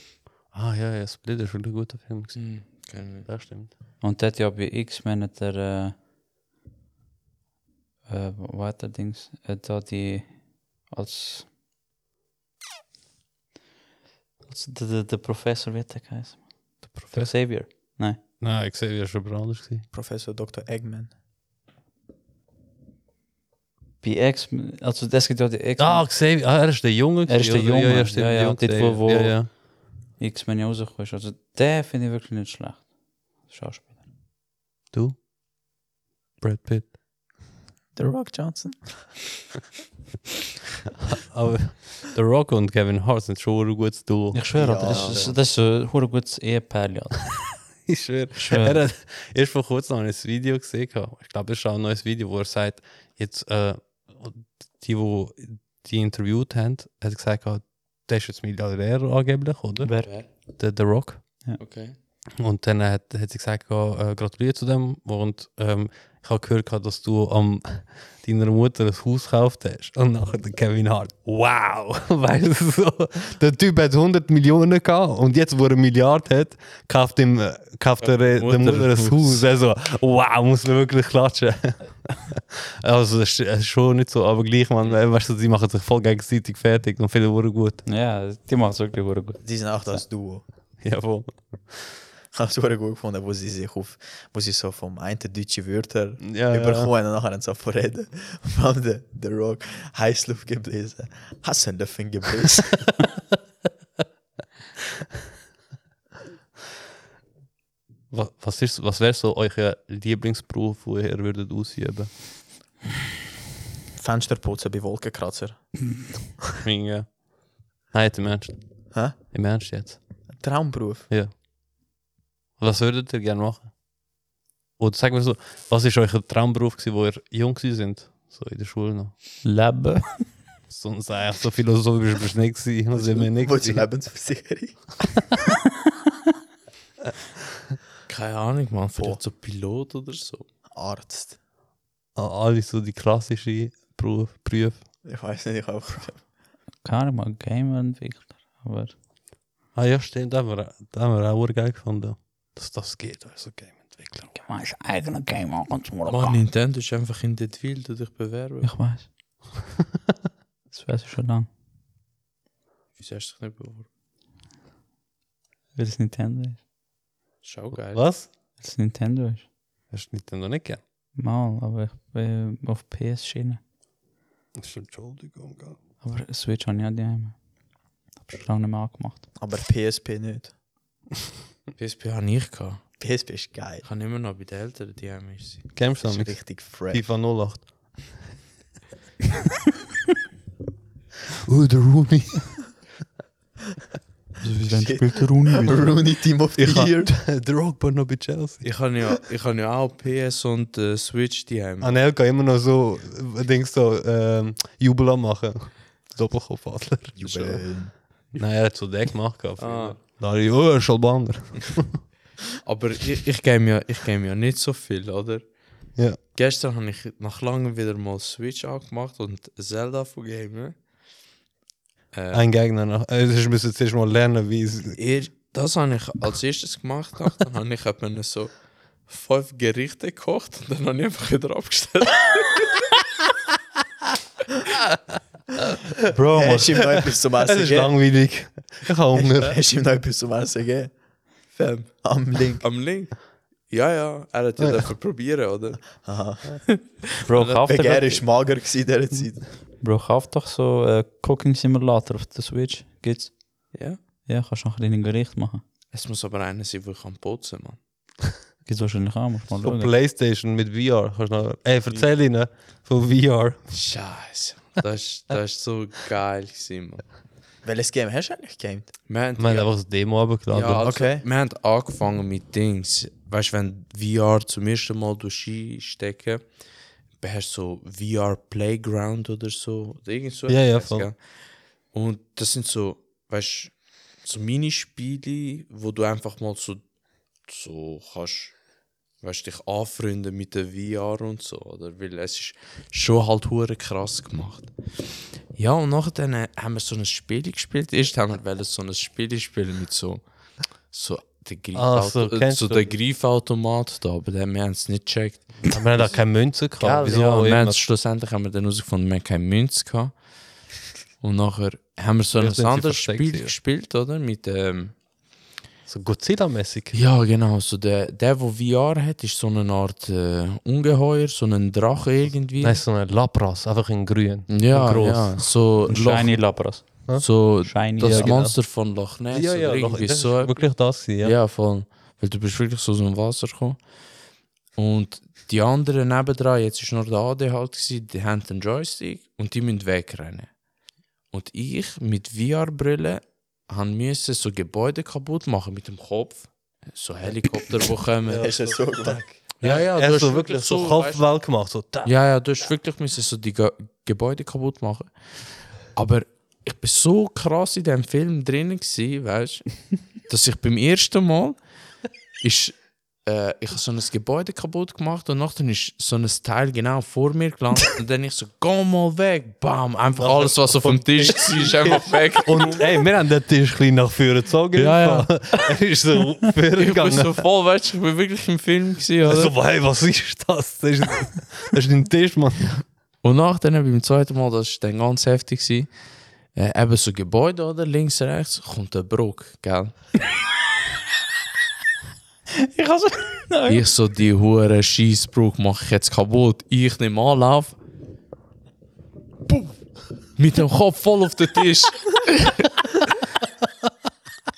[SPEAKER 1] Ah ja, ja, Split ist schon ein guter Film. gewesen.
[SPEAKER 4] Hm, kein-
[SPEAKER 1] Das stimmt.
[SPEAKER 3] Und der hat ja bei X-Men hat er eh, äh, äh, weiter Dings, äh, da die als als der, der, der Professor wird der geheißen.
[SPEAKER 1] Der
[SPEAKER 3] Der
[SPEAKER 1] Professor.
[SPEAKER 3] Xavier. Nein.
[SPEAKER 1] Nein, ich sehe, wie er schon jemand anders gewesen.
[SPEAKER 2] Professor Dr. Eggman.
[SPEAKER 3] Bei X, also das gibt ja die X-Men.
[SPEAKER 1] Ah, Xavier, ah, er ist der Junge.
[SPEAKER 3] Er ist der
[SPEAKER 1] gewesen, oder? Ja,
[SPEAKER 3] Junge,
[SPEAKER 1] ja, stimmt,
[SPEAKER 3] ja, ja,
[SPEAKER 1] Junge,
[SPEAKER 3] dort, wo- wo-
[SPEAKER 1] Ja, ja.
[SPEAKER 3] X-Men ja rausgekommen ist. Also der finde ich wirklich nicht schlecht. Schauspieler.
[SPEAKER 1] Du? Brad Pitt.
[SPEAKER 2] The Rock Johnson.
[SPEAKER 1] Aber *laughs* The Rock und Kevin Hart sind schon ein gutes Duo.
[SPEAKER 3] Ich schwöre,
[SPEAKER 2] Ja,
[SPEAKER 3] das, ist,
[SPEAKER 2] ja.
[SPEAKER 3] das ist ein hure gutes Ehepaar. ja.
[SPEAKER 1] *laughs* ich schwöre.
[SPEAKER 3] Schwör.
[SPEAKER 1] Er hat *laughs* erst vor kurzem habe ich ein Video gesehen. gehabt. Ich glaube, es ist auch ein neues Video, wo er sagt, jetzt, äh, die, wo die interviewt haben, hat gesagt, gehabt, der ist jetzt Milliardär angeblich, oder?
[SPEAKER 3] Wer?
[SPEAKER 1] Der, der Rock.
[SPEAKER 4] Okay.
[SPEAKER 1] Und dann hat, hat sie gesagt, ja, äh, gratuliere zu dem. Und ähm, ich habe gehört, gehabt, dass du am, *laughs* deiner Mutter ein Haus gekauft hast. Und nachher der Kevin Hart, wow! *laughs* Weißt du so? Der Typ hat 100 Millionen gehabt und jetzt, wo er eine Milliarde hat, kauft, ihm, äh, kauft er äh, der
[SPEAKER 4] Mutter
[SPEAKER 1] Mutter ein
[SPEAKER 4] ein
[SPEAKER 1] Haus. Also, wow, muss man wirklich *laughs* klatschen. also, das ist äh, schon nicht so, aber gleich, man, äh, weißt du, sie machen sich voll gegenseitig fertig und viele wurden gut.
[SPEAKER 3] Ja, die machen es wirklich verdammt gut.
[SPEAKER 2] Die sind auch das Duo.
[SPEAKER 1] Jawohl.
[SPEAKER 2] Ich *laughs* habe es super gut gefunden, wo sie sich auf, wo sie so vom einen deutschen Wörter
[SPEAKER 1] Ja, ja.
[SPEAKER 2] überkommen und nachher so *laughs* vorreden. Und vor allem der, der Rock Heißluft gebläsen, Hassenlöffel gebläsen. *laughs*
[SPEAKER 1] Wa- Was, ist- was wäre so euer Lieblingsberuf, wo ihr würdet ausüben?
[SPEAKER 2] Fensterputzen bei Wolkenkratzer.
[SPEAKER 1] Schwingen. Nein, im Ernst.
[SPEAKER 2] Hä?
[SPEAKER 1] Im Ernst jetzt.
[SPEAKER 2] Traumberuf.
[SPEAKER 1] Was würdet ihr gerne machen? Oder sagen wir so, was ist euer Traumberuf, gewesen, wo ihr jung gewesen sind? So in der Schule noch.
[SPEAKER 3] Leben.
[SPEAKER 1] Sonst eigentlich *laughs* so philosophisch bist du nicht gewesen. Also immer nicht
[SPEAKER 2] Wo ist die
[SPEAKER 1] gewesen.
[SPEAKER 2] Lebensversicherung?
[SPEAKER 4] Keine Ahnung, man. Vielleicht so Pilot oder so.
[SPEAKER 2] Arzt.
[SPEAKER 1] Ah, Alle so die klassischen Beruf, Berufe.
[SPEAKER 2] Ich weiß nicht, ich auch.
[SPEAKER 3] Keine Ahnung, mal Game-Entwickler. Aber
[SPEAKER 1] Ah ja, stimmt, da haben wir, da haben wir auch geil gefunden. Dass das geht, also Game-Entwickler.
[SPEAKER 3] man ist eigener Game auch ganz
[SPEAKER 4] Man, Nintendo ist einfach in den Wild, du dich bewerben.
[SPEAKER 3] Ich weiß. *laughs* das weiß ich schon lange.
[SPEAKER 4] Wieso hast du dich nicht beworben?
[SPEAKER 3] Weil es Nintendo ist.
[SPEAKER 4] Ist auch geil.
[SPEAKER 1] Was?
[SPEAKER 3] Weil es Nintendo ist.
[SPEAKER 1] Hast du Nintendo nicht gern?
[SPEAKER 3] Mal, aber ich bin auf PS-Schiene.
[SPEAKER 1] Entschuldigung, gell.
[SPEAKER 3] Aber Switch habe ich auch daheim. Hab schon lange nicht mehr angemacht.
[SPEAKER 2] Aber PSP nicht.
[SPEAKER 4] PSP habe ich gehabt.
[SPEAKER 2] PSP ist geil.
[SPEAKER 4] Ich habe immer noch bei den Eltern, die haben ist sie.
[SPEAKER 1] Games
[SPEAKER 2] Das ist
[SPEAKER 1] Summit.
[SPEAKER 2] richtig fresh.
[SPEAKER 1] FIFA 08. oh, der *laughs* Rooney.
[SPEAKER 3] Also, Wieso
[SPEAKER 2] Shit.
[SPEAKER 3] spielt der Rooney
[SPEAKER 2] Rooney Team of the
[SPEAKER 1] Ich
[SPEAKER 2] Year. *laughs*
[SPEAKER 1] habe der Rockbar noch bei Chelsea.
[SPEAKER 4] Ich habe ja, ich habe ja auch PS und äh, Switch, die haben.
[SPEAKER 1] Anelka immer noch so, äh, denkst so, ähm, Jubel am machen. Doppelkopfadler.
[SPEAKER 2] *laughs* Jubel.
[SPEAKER 1] Nein, er hat so den gemacht. gehabt früher.
[SPEAKER 4] Ah.
[SPEAKER 1] Da habe ich, oh, er ist Albaner.
[SPEAKER 4] Aber ich, ich game ja, ich game ja nicht so viel, oder?
[SPEAKER 1] Ja.
[SPEAKER 4] Gestern habe ich nach langem wieder mal Switch angemacht und Zelda von Game. Äh,
[SPEAKER 1] Ein Gegner noch. Äh, Ich muss jetzt erstmal lernen, wie es.
[SPEAKER 4] *laughs* ihr, das habe ich als erstes gemacht, dann *laughs* habe ich eben so fünf Gerichte gekocht und dann habe ich einfach wieder abgestellt. *laughs*
[SPEAKER 1] Bro, Mann,
[SPEAKER 2] Hast du ihm noch etwas *laughs* zum
[SPEAKER 1] es
[SPEAKER 2] Essen
[SPEAKER 1] ist
[SPEAKER 2] gegeben?
[SPEAKER 1] langweilig. Ich habe Hunger.
[SPEAKER 2] Hast du ihm noch etwas zum Essen gegeben?
[SPEAKER 4] Fam.
[SPEAKER 2] Am Link.
[SPEAKER 4] Am Link. Ja, ja, er hat ja dürfen probieren, oder?
[SPEAKER 2] Aha.
[SPEAKER 3] Bro, kauf
[SPEAKER 2] Wegen er
[SPEAKER 3] dir
[SPEAKER 2] war mager gewesen in dieser Zeit.
[SPEAKER 3] Bro, kauf doch so äh, Cooking Simulator auf der Switch. Geht's?
[SPEAKER 4] Ja.
[SPEAKER 3] Ja, kannst du noch ein Gericht machen.
[SPEAKER 4] Es muss aber einer sein, der kann putzen, Mann.
[SPEAKER 3] Geht's wahrscheinlich auch, muss mal
[SPEAKER 1] So
[SPEAKER 3] schauen.
[SPEAKER 1] Playstation mit VR. Kannst du noch, ey, erzähl ihnen von VR.
[SPEAKER 4] Scheiße. Das ist, das ist so geil gewesen, Mann.
[SPEAKER 2] Welches Game hast du eigentlich gegamed?
[SPEAKER 4] Wir haben
[SPEAKER 1] Ich meine,
[SPEAKER 4] ja-
[SPEAKER 1] einfach das Demo runtergeladen.
[SPEAKER 4] Ja, also,
[SPEAKER 2] Okay.
[SPEAKER 4] wir haben angefangen mit Dings. Weißt du, wenn VR zum ersten Mal durch stecken, beherrschst so VR Playground oder so. oder Irgend so
[SPEAKER 1] Ja, ja,
[SPEAKER 4] etwas,
[SPEAKER 1] voll.
[SPEAKER 4] gell? Und das sind so, weißt so Minispiele, wo du einfach mal so, so kannst, weißt dich anfreunden mit der VR und so, oder? Weil es ist schon halt hure krass gemacht. Ja, und nachher dann, äh, haben wir so ein Spiel gespielt. Erst haben wir wollen so ein Spiel spielen mit so, so der
[SPEAKER 1] Ah,
[SPEAKER 4] Greifautomat,
[SPEAKER 1] so,
[SPEAKER 4] so, äh,
[SPEAKER 1] kennst
[SPEAKER 4] so
[SPEAKER 1] du-
[SPEAKER 4] der Greifautomat da, aber dann, wir haben es nicht gecheckt.
[SPEAKER 1] Aber wir haben da keine Münze
[SPEAKER 4] Ja,
[SPEAKER 1] gehabt. Wieso?
[SPEAKER 4] ja,
[SPEAKER 1] auch
[SPEAKER 4] wir
[SPEAKER 1] immer.
[SPEAKER 4] haben schlussendlich haben wir dann herausgefunden, wir haben keine Münze gehabt. Und nachher haben wir so
[SPEAKER 1] Ja,
[SPEAKER 4] ein
[SPEAKER 1] sind sie
[SPEAKER 4] anderes
[SPEAKER 1] versteckt,
[SPEAKER 4] Spiel
[SPEAKER 1] ja.
[SPEAKER 4] gespielt, oder? Mit, ähm,
[SPEAKER 1] So Godzilla-mäßig.
[SPEAKER 4] ja, genau. So der, der, der VR hat, ist so eine Art äh, Ungeheuer, so ein Drache irgendwie.
[SPEAKER 1] Nein, so ein Lapras, einfach in grün.
[SPEAKER 4] Ja,
[SPEAKER 1] in gross.
[SPEAKER 4] ja, so,
[SPEAKER 3] Und
[SPEAKER 4] Loch,
[SPEAKER 3] Shiny Labras.
[SPEAKER 4] so
[SPEAKER 3] Shiny
[SPEAKER 4] das
[SPEAKER 3] ja, genau.
[SPEAKER 4] Monster von Loch Ness
[SPEAKER 1] Ja,
[SPEAKER 4] oder
[SPEAKER 1] ja, doch,
[SPEAKER 4] irgendwie
[SPEAKER 1] das
[SPEAKER 4] so.
[SPEAKER 1] ist wirklich das gewesen,
[SPEAKER 4] Ja.
[SPEAKER 1] ja.
[SPEAKER 4] voll. Weil du bist wirklich so aus dem Wasser gekommen. Und die anderen nebendran, jetzt ist nur der AD halt, gewesen, die haben den Joystick und die müssen wegrennen. Und ich mit VR-Brille musste so Gebäude kaputt machen mit dem Kopf. so Helikopter, die kommen.
[SPEAKER 2] Ist ja so gut.
[SPEAKER 4] Ja,
[SPEAKER 1] er
[SPEAKER 4] ja, du
[SPEAKER 1] hat
[SPEAKER 4] hast
[SPEAKER 1] so wirklich so
[SPEAKER 4] weißt-
[SPEAKER 1] Kopfwell gemacht. So, da.
[SPEAKER 4] Ja, ja, du hast wirklich müssen so die Ge Gebäude kaputt machen. Aber ich bin so krass in diesem Film drin gewesen, weißt,
[SPEAKER 1] *laughs*
[SPEAKER 4] dass ich beim ersten Mal ist, äh, ich habe so ein Gebäude kaputt gemacht und nachher ist so ein Teil genau vor mir gelandet und dann ich so, geh mal weg, bam, einfach alles, was auf dem Tisch war, ist einfach weg.
[SPEAKER 1] Und ey, wir haben den Tisch klein nach vorne gezogen.
[SPEAKER 4] Ja,
[SPEAKER 1] *laughs* er ist
[SPEAKER 4] *laughs*
[SPEAKER 1] so
[SPEAKER 4] Ich bin
[SPEAKER 1] vorgegangen.
[SPEAKER 4] so voll, weißt, ich bin wirklich im Film gewesen, oder?
[SPEAKER 1] So, hey, was ist das? Das ist, das ist ein Tisch, *laughs* Mann.
[SPEAKER 4] Und nachdem beim zweiten Mal, das war dann ganz heftig, gewesen, äh, eben so Gebäude, oder? Links, rechts, kommt der Brock, gell?
[SPEAKER 3] *laughs* Ich hasse. Nein.
[SPEAKER 4] Ich so, die hure Scheissbrock mache ich jetzt kaputt. Ich nehme Anlauf. Boom. Mit dem Kopf voll auf den
[SPEAKER 3] *laughs*
[SPEAKER 4] Tisch.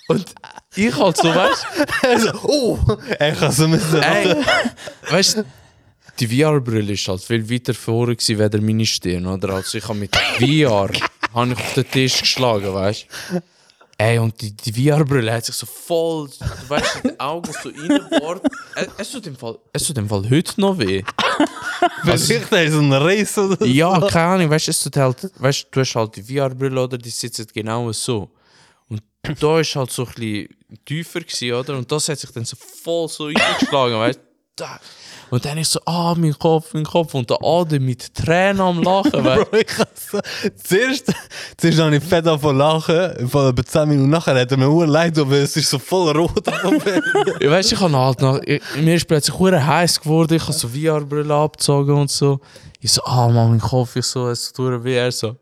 [SPEAKER 4] Und ich halt so, weißt
[SPEAKER 1] Also, oh, er kann so mit
[SPEAKER 4] Ey, *laughs* weißt du, die VR-Brille ist halt viel weiter vorne gewesen, weder meine Stirn, oder? Also ich habe mit der VR habe ich auf den Tisch geschlagen, weißt du? Ey, und die, die VR-Brille hat sich so voll, du weißt, in die Augen so reingebohrt. Äh, Es tut im Fall, es tut im Fall heute noch weh. Also,
[SPEAKER 1] Vielleicht er ist ein Reis oder so.
[SPEAKER 4] Ja, *laughs* keine Ahnung, weißt du, es tut halt, weißt du, du hast halt die VR-Brille, oder? Die sitzen genau so. Und da ist halt so ein bisschen tiefer gewesen, oder? Und das hat sich dann so voll so eingeschlagen, weißt du? Da. Und dann ist so, ah, mein Kopf, mein Kopf. Und der Adem mit Tränen am Lachen, weißt
[SPEAKER 1] Bro, *laughs* ich hasse. Zuerst, zuerst habe ich fett davon lachen, von etwa 10 Minuten nachher hat er mir nur leid, aber es ist so voll rot.
[SPEAKER 4] *laughs* du? Weißt du, ich habe halt nach, ich, mir ist plötzlich hure heiß geworden, ich habe so VR-Brille abgezogen und so. Ich so, ah, Mann, mein Kopf, ich so, es tut hure weh. Er so,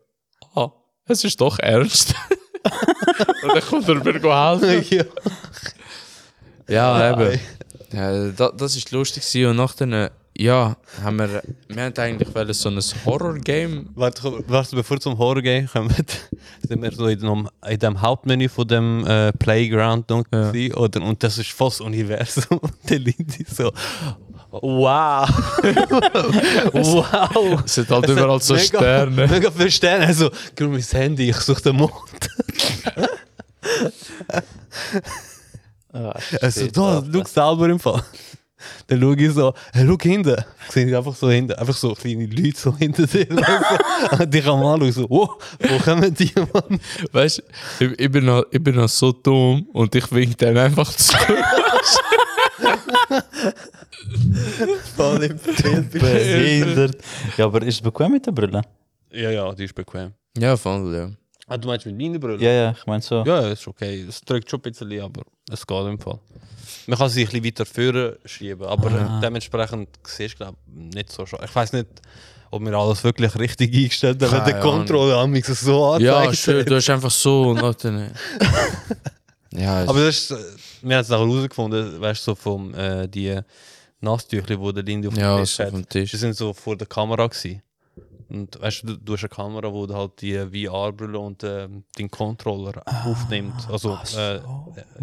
[SPEAKER 4] ah, es ist doch ernst. *laughs* und dann kommt er mir helfen.
[SPEAKER 1] ja.
[SPEAKER 4] Ja, eben. Ja, da, das war lustig. gewesen. Und nachher, äh, ja, haben wir, wir haben eigentlich wollen so ein Horror-Game.
[SPEAKER 1] Warte, komm, warte, bevor wir zum Horror gehen, kommen wir- sind wir so in dem, in dem Hauptmenü von dem äh, Playground noch
[SPEAKER 4] Ja.
[SPEAKER 1] gewesen, oder und das ist voll das Universum *laughs* und die Leute so wow
[SPEAKER 4] *laughs*
[SPEAKER 1] wow
[SPEAKER 4] Es sind halt
[SPEAKER 1] Es hat
[SPEAKER 4] überall so
[SPEAKER 1] mega-
[SPEAKER 4] Sterne.
[SPEAKER 1] mega viele Sterne also gib mir mein Handy ich suche den Mond
[SPEAKER 3] Ah,
[SPEAKER 1] also
[SPEAKER 3] shit,
[SPEAKER 1] da
[SPEAKER 3] Alter.
[SPEAKER 1] schau selber im Fall *laughs* dann schau ich so hey, schau hinten sehe ich einfach so hinten einfach so kleine Leute so hinter dir *laughs* laufen. und ich am anschauen so wow wo kommen die Mann
[SPEAKER 4] Weißt du, ich, ich, bin noch, ich bin noch so dumm und ich wink dann einfach zu.
[SPEAKER 2] Voll im Film.
[SPEAKER 3] Behindert. Ja, aber ist es bequem mit der Brille?
[SPEAKER 1] ja ja die ist bequem
[SPEAKER 4] ja, voll, ja.
[SPEAKER 1] Ah, du meinst mit meiner Brille?
[SPEAKER 3] Ja, ja, ich meine so.
[SPEAKER 1] Ja, ist okay. Es drückt schon ein bisschen, aber es geht im Fall. Man kann sie ein bisschen weiter führen schieben, aber
[SPEAKER 3] Ah.
[SPEAKER 1] dementsprechend siehst du, glaube nicht so schon. Ich weiß nicht, ob wir alles wirklich richtig eingestellt haben, wenn
[SPEAKER 4] Keine
[SPEAKER 1] der Controller am liebsten so
[SPEAKER 4] Ja,
[SPEAKER 1] anzeigt.
[SPEAKER 4] schön, du hast einfach so und nachher. Ja,
[SPEAKER 1] aber das ist, äh, wir haben es nachher herausgefunden, weißt du, so vom äh, die Nasstüchli, die der Lindy auf dem
[SPEAKER 4] ja,
[SPEAKER 1] Tisch
[SPEAKER 4] so
[SPEAKER 1] hat.
[SPEAKER 4] vom Tisch.
[SPEAKER 1] Die sind so vor der Kamera gewesen. Und weißt du, du hast eine Kamera, wo du halt die VR-Brille und ähm, den Controller aufnimmt. Also,
[SPEAKER 3] Ach so.
[SPEAKER 1] äh,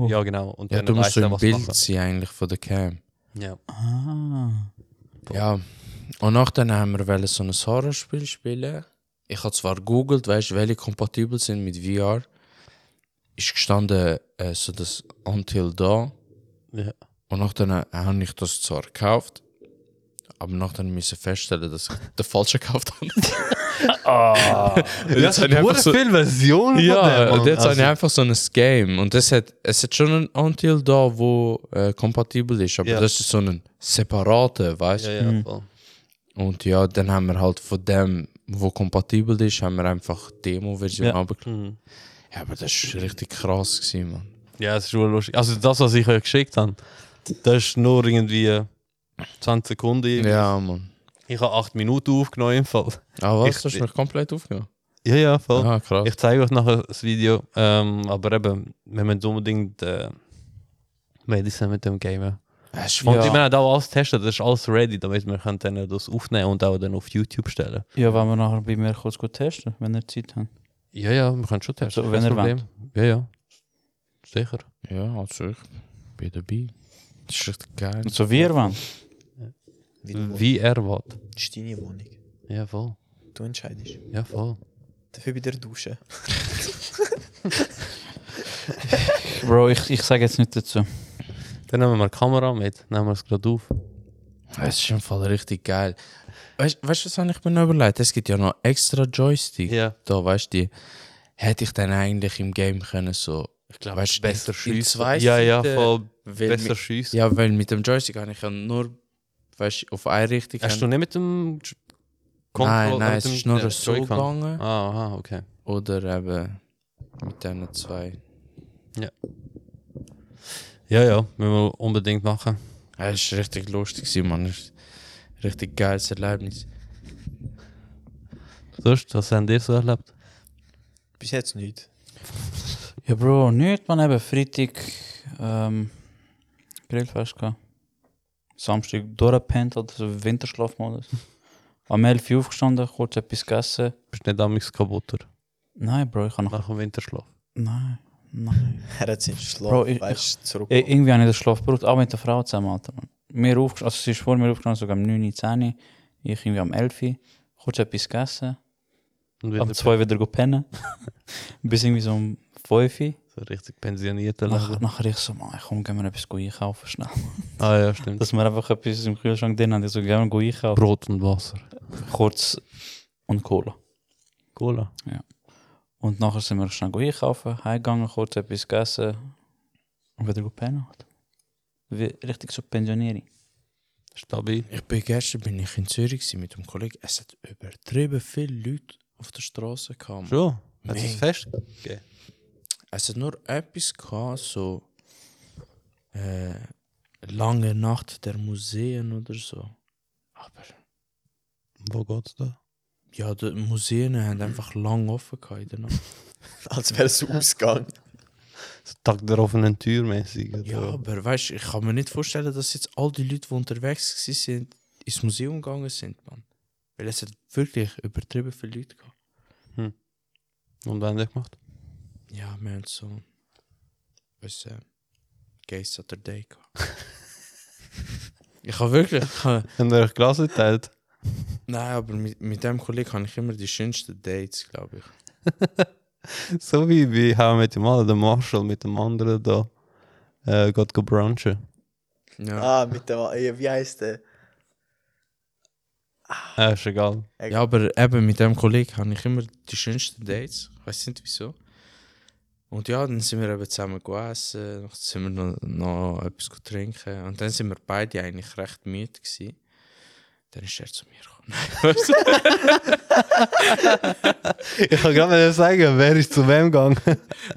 [SPEAKER 1] Ja, genau. Und
[SPEAKER 4] Ah, Ja,
[SPEAKER 1] dann
[SPEAKER 4] du musst
[SPEAKER 1] weiss
[SPEAKER 4] so
[SPEAKER 1] er,
[SPEAKER 4] im
[SPEAKER 1] was
[SPEAKER 4] Bild
[SPEAKER 1] machen.
[SPEAKER 4] sein eigentlich von der Cam.
[SPEAKER 1] *laughs* Ja.
[SPEAKER 3] Ah.
[SPEAKER 4] Ja, und nachdem haben wir wollen so ein Horrorspiel spielen. Ich habe zwar gegoogelt, weißt du, welche kompatibel sind mit VR. Ist gestanden, äh, so das Until da.
[SPEAKER 1] Ja.
[SPEAKER 4] Und nachdem äh, habe ich das zwar gekauft, aber nachdem müssen feststellen, dass ich den falschen
[SPEAKER 1] *laughs*
[SPEAKER 4] gekauft habe. *laughs* Und jetzt habe ich einfach so,
[SPEAKER 1] viele Versionen
[SPEAKER 4] ja, und jetzt habe
[SPEAKER 1] also,
[SPEAKER 4] ich einfach so ein Game. Und das hat, es hat schon ein Until da, wo äh, kompatibel ist, aber
[SPEAKER 1] Ja.
[SPEAKER 4] das ist so ein separater, weißt du?
[SPEAKER 1] ja, ja, voll.
[SPEAKER 4] Und ja, dann haben wir halt von dem, wo kompatibel ist, haben wir einfach Demo-Version
[SPEAKER 3] Ja.
[SPEAKER 4] runtergeladen.
[SPEAKER 1] Mhm.
[SPEAKER 4] Ja, aber das ist richtig krass gewesen, Mann.
[SPEAKER 1] ja, es ist schon lustig. Also das, was ich euch geschickt habe, das ist nur irgendwie 20 Sekunden.
[SPEAKER 4] Ja, Mann.
[SPEAKER 1] Ich habe 8 Minuten aufgenommen im Fall.
[SPEAKER 4] Ah, was?
[SPEAKER 1] Ich-
[SPEAKER 4] hast du mich komplett aufgenommen?
[SPEAKER 1] Ja, ja, voll.
[SPEAKER 4] Ah, krass.
[SPEAKER 1] Ich zeige euch nachher das Video. Ähm, aber eben, wir müssen unbedingt äh, Medicine mit dem Game.
[SPEAKER 4] Weißt du,
[SPEAKER 1] Und
[SPEAKER 4] ja.
[SPEAKER 1] wir haben auch alles testen, das ist alles ready, damit wir können dann das aufnehmen und auch dann auf YouTube stellen.
[SPEAKER 3] Ja, wenn wir nachher bei mir kurz gut testen, wenn ihr Zeit habt.
[SPEAKER 1] Ja, ja, wir können schon testen.
[SPEAKER 3] So,
[SPEAKER 1] kein
[SPEAKER 3] wenn ihr
[SPEAKER 1] Problem. Ja, ja. Sicher.
[SPEAKER 4] ja, also ich bin dabei. Das ist richtig geil.
[SPEAKER 3] Und so wie ihr wollt.
[SPEAKER 1] Wie er will.
[SPEAKER 2] Das ist deine Wohnung.
[SPEAKER 1] Ja, voll.
[SPEAKER 2] Du entscheidest.
[SPEAKER 1] Ja, voll.
[SPEAKER 2] Dafür bei der Dusche.
[SPEAKER 3] Bro, ich, ich sage jetzt nicht dazu.
[SPEAKER 1] Dann nehmen wir eine Kamera mit, nehmen wir es gerade auf.
[SPEAKER 4] Das ist im Fall richtig geil. Weißt du, was habe ich mir noch überlegt? Es gibt ja noch extra Joystick.
[SPEAKER 1] Ja.
[SPEAKER 4] Da, weißt du, die hätte ich dann eigentlich im Game können so. Ich glaube, weißt,
[SPEAKER 1] besser
[SPEAKER 4] in, in
[SPEAKER 1] schiessen.
[SPEAKER 4] zwei
[SPEAKER 1] Ja, ja,
[SPEAKER 4] Seiten,
[SPEAKER 1] voll
[SPEAKER 4] weil
[SPEAKER 1] besser
[SPEAKER 4] mit,
[SPEAKER 1] schiessen.
[SPEAKER 4] Ja, weil mit dem Joystick habe ich ja nur, weißt du, auf eine Richtung.
[SPEAKER 1] Hast du nicht mit dem J-
[SPEAKER 4] nein,
[SPEAKER 1] Control-
[SPEAKER 4] nein,
[SPEAKER 1] äh,
[SPEAKER 4] es
[SPEAKER 1] mit dem,
[SPEAKER 4] ist nur
[SPEAKER 1] äh,
[SPEAKER 4] so
[SPEAKER 1] Joy-Con?
[SPEAKER 4] gegangen.
[SPEAKER 1] Ah, aha, okay.
[SPEAKER 4] Oder eben mit diesen zwei.
[SPEAKER 1] Ja, ja, müssen wir unbedingt machen.
[SPEAKER 4] Ja, Das war richtig lustig, gewesen, Mann. Das ist ein Richtig geiles Erlebnis.
[SPEAKER 1] Sonst, was habt ihr so erlebt?
[SPEAKER 2] Bis jetzt nicht.
[SPEAKER 3] Ja, Bro, nicht, man eben Freitag ähm, Grillfest gehabt. Samstag durchgepennt, also Winterschlafmodus. Am 11 Uhr aufgestanden, kurz etwas gegessen.
[SPEAKER 1] Bist nicht amigs kaputter
[SPEAKER 3] Nein, Bro, ich habe noch...
[SPEAKER 1] nach dem Winterschlaf?
[SPEAKER 3] Nein, nein.
[SPEAKER 2] Er hat seinen Schlaf,
[SPEAKER 3] Bro, ich-
[SPEAKER 2] weißt du, zurück.
[SPEAKER 3] I irgendwie habe ich den Schlaf gebraucht, auch mit der Frau zusammen, Alter. Mann. Mir aufgest- also sie ist vor mir aufgestanden, sogar um 9, 10. Ich irgendwie am 11 Uhr, kurz etwas gegessen.
[SPEAKER 1] Und
[SPEAKER 3] Am
[SPEAKER 1] wieder
[SPEAKER 3] 2 wieder go *laughs* pennen. Bis irgendwie so um 5 Uhr.
[SPEAKER 1] so richtig pensionierter
[SPEAKER 3] Nach,
[SPEAKER 1] Leben.
[SPEAKER 3] nachher ich so, Mann, komm, gehen wir etwas einkaufen schnell. *laughs*
[SPEAKER 1] Ah ja, stimmt.
[SPEAKER 3] Dass wir einfach etwas im Kühlschrank drin haben. Ich so, gehen wir go einkaufen.
[SPEAKER 1] Brot und Wasser.
[SPEAKER 3] Kurz und Cola.
[SPEAKER 1] Cola.
[SPEAKER 3] Und nachher sind wir schnell go einkaufen, heimgegangen, kurz etwas gegessen und wieder go pennen. Alter. Wie, richtig so Pensionierung.
[SPEAKER 1] Stabil.
[SPEAKER 4] Ich bin gestern bin ich in Zürich gewesen mit einem Kollegen. Es hat übertrieben viele Leute auf der Straße gehabt. Mann.
[SPEAKER 1] Schon? Hat es
[SPEAKER 4] Mega.
[SPEAKER 1] fest?
[SPEAKER 4] Es hat nur etwas gehabt, so äh, lange Nacht der Museen oder so. Aber
[SPEAKER 1] Wo geht's da?
[SPEAKER 4] ja, die Museen
[SPEAKER 1] Mhm.
[SPEAKER 4] haben einfach lang offen gehabt in der Nacht.
[SPEAKER 2] Als wäre es Ausgang.
[SPEAKER 1] So Tag der offenen Tür mäßig. oder?
[SPEAKER 4] Ja, aber weißt, ich kann mir nicht vorstellen, dass jetzt all die Leute, die unterwegs gewesen sind, ins Museum gegangen sind, Mann. Weil es hat wirklich übertrieben viele Leute gehabt.
[SPEAKER 1] Und wann habt ihr gemacht? *laughs*
[SPEAKER 4] Ja, wir haben so. Was äh, Gay Saturday gehabt. ich habe wirklich. ich habe-
[SPEAKER 1] Habt ihr euch Glas geteilt?
[SPEAKER 4] nein, aber mit, mit dem Kollegen habe ich immer die schönsten Dates, glaube ich.
[SPEAKER 1] So wie wir haben mit dem anderen, der Marshall mit dem anderen da äh, geht go brunchen.
[SPEAKER 4] Ja,
[SPEAKER 2] Ah, mit dem, ja, wie heißt der?
[SPEAKER 1] Äh, ist egal. *laughs*
[SPEAKER 4] ja aber eben mit dem Kollegen habe ich immer die schönsten Dates. Ich weiß nicht wieso. Und ja, dann sind wir eben zusammen gegessen, dann sind wir noch, noch etwas getrunken. Und dann sind wir beide eigentlich recht müde gewesen. Dann ist er zu mir gekommen. *laughs*
[SPEAKER 1] Ich kann gerade nicht sagen, wer ist zu wem gegangen.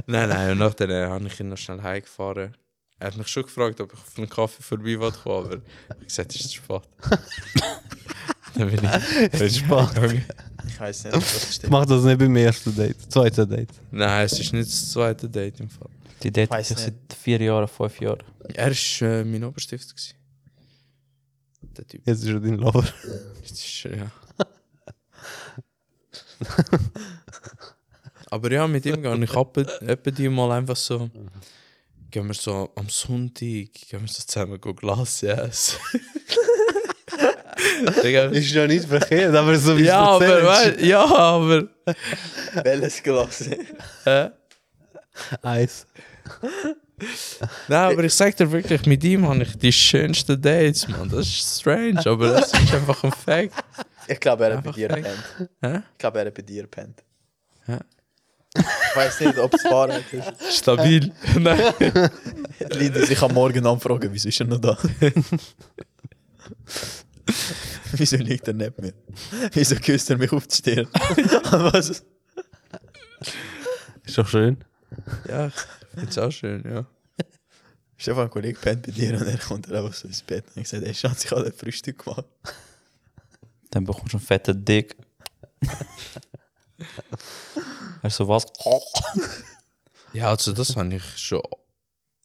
[SPEAKER 4] Nein, nein, und nachdem äh, habe ich ihn noch schnell heimgefahren. Er hat mich schon gefragt, ob ich auf einen Kaffee vorbei will, kommen, aber ich habe gesagt, es ist zu spät. *laughs* Dann bin ich.
[SPEAKER 1] *laughs* Es ist spannend.
[SPEAKER 2] Ich weiß nicht, was das
[SPEAKER 1] Ich
[SPEAKER 2] stimmt.
[SPEAKER 1] mach das nicht beim ersten Date, zweiten Date.
[SPEAKER 4] Nein, es ist nicht das zweite Date im Fall.
[SPEAKER 3] Die datet
[SPEAKER 2] Weiss
[SPEAKER 3] sich
[SPEAKER 2] nicht.
[SPEAKER 3] seit vier Jahren, fünf Jahren.
[SPEAKER 4] Er war äh, mein Oberstift. Gewesen. Der Typ.
[SPEAKER 1] Jetzt ist er dein Lover.
[SPEAKER 4] Das ist, äh, *laughs* ja. aber ja, mit ihm gehe ich ab, etwa die mal einfach so. Gehen wir so am Sonntag, gehen wir so zusammen go Glas *laughs* essen.
[SPEAKER 1] *laughs*
[SPEAKER 4] Digga,
[SPEAKER 1] Ist ja nicht verkehrt, aber so wie
[SPEAKER 4] Ja,
[SPEAKER 1] es
[SPEAKER 4] aber,
[SPEAKER 1] erzählst.
[SPEAKER 4] wei- ja, aber.
[SPEAKER 2] Welches Glas?
[SPEAKER 4] Äh,
[SPEAKER 1] Eis.
[SPEAKER 4] nein, aber ich sag dir wirklich, mit ihm habe ich die schönsten Dates, Mann. Das ist strange, aber das *laughs* ist einfach ein Fact.
[SPEAKER 2] Ich glaube, er hat bei
[SPEAKER 4] Einfach
[SPEAKER 2] dir
[SPEAKER 4] weg.
[SPEAKER 2] pennt.
[SPEAKER 4] Hä?
[SPEAKER 2] Ich glaube, er hat bei dir pennt.
[SPEAKER 4] Hä?
[SPEAKER 2] Ich weiß nicht, ob es Wahrheit ist.
[SPEAKER 4] Stabil. nein.
[SPEAKER 2] Linus, ich kann morgen anfragen, wieso ist er noch da? wieso liegt er nicht mehr? Wieso küsst er mich auf die Stirn? *laughs* was?
[SPEAKER 1] Ist doch schön.
[SPEAKER 4] Ja, *laughs* ich find's auch schön, ja.
[SPEAKER 2] Stefan, ein Kollege pennt bei dir und er kommt dann einfach so ins Bett. Und ich sage, ey Schatz, ich habe ein Frühstück gemacht.
[SPEAKER 3] Dann bekommst du einen fetten *laughs* Dick. er so, was?
[SPEAKER 4] Ja, also das habe ich schon.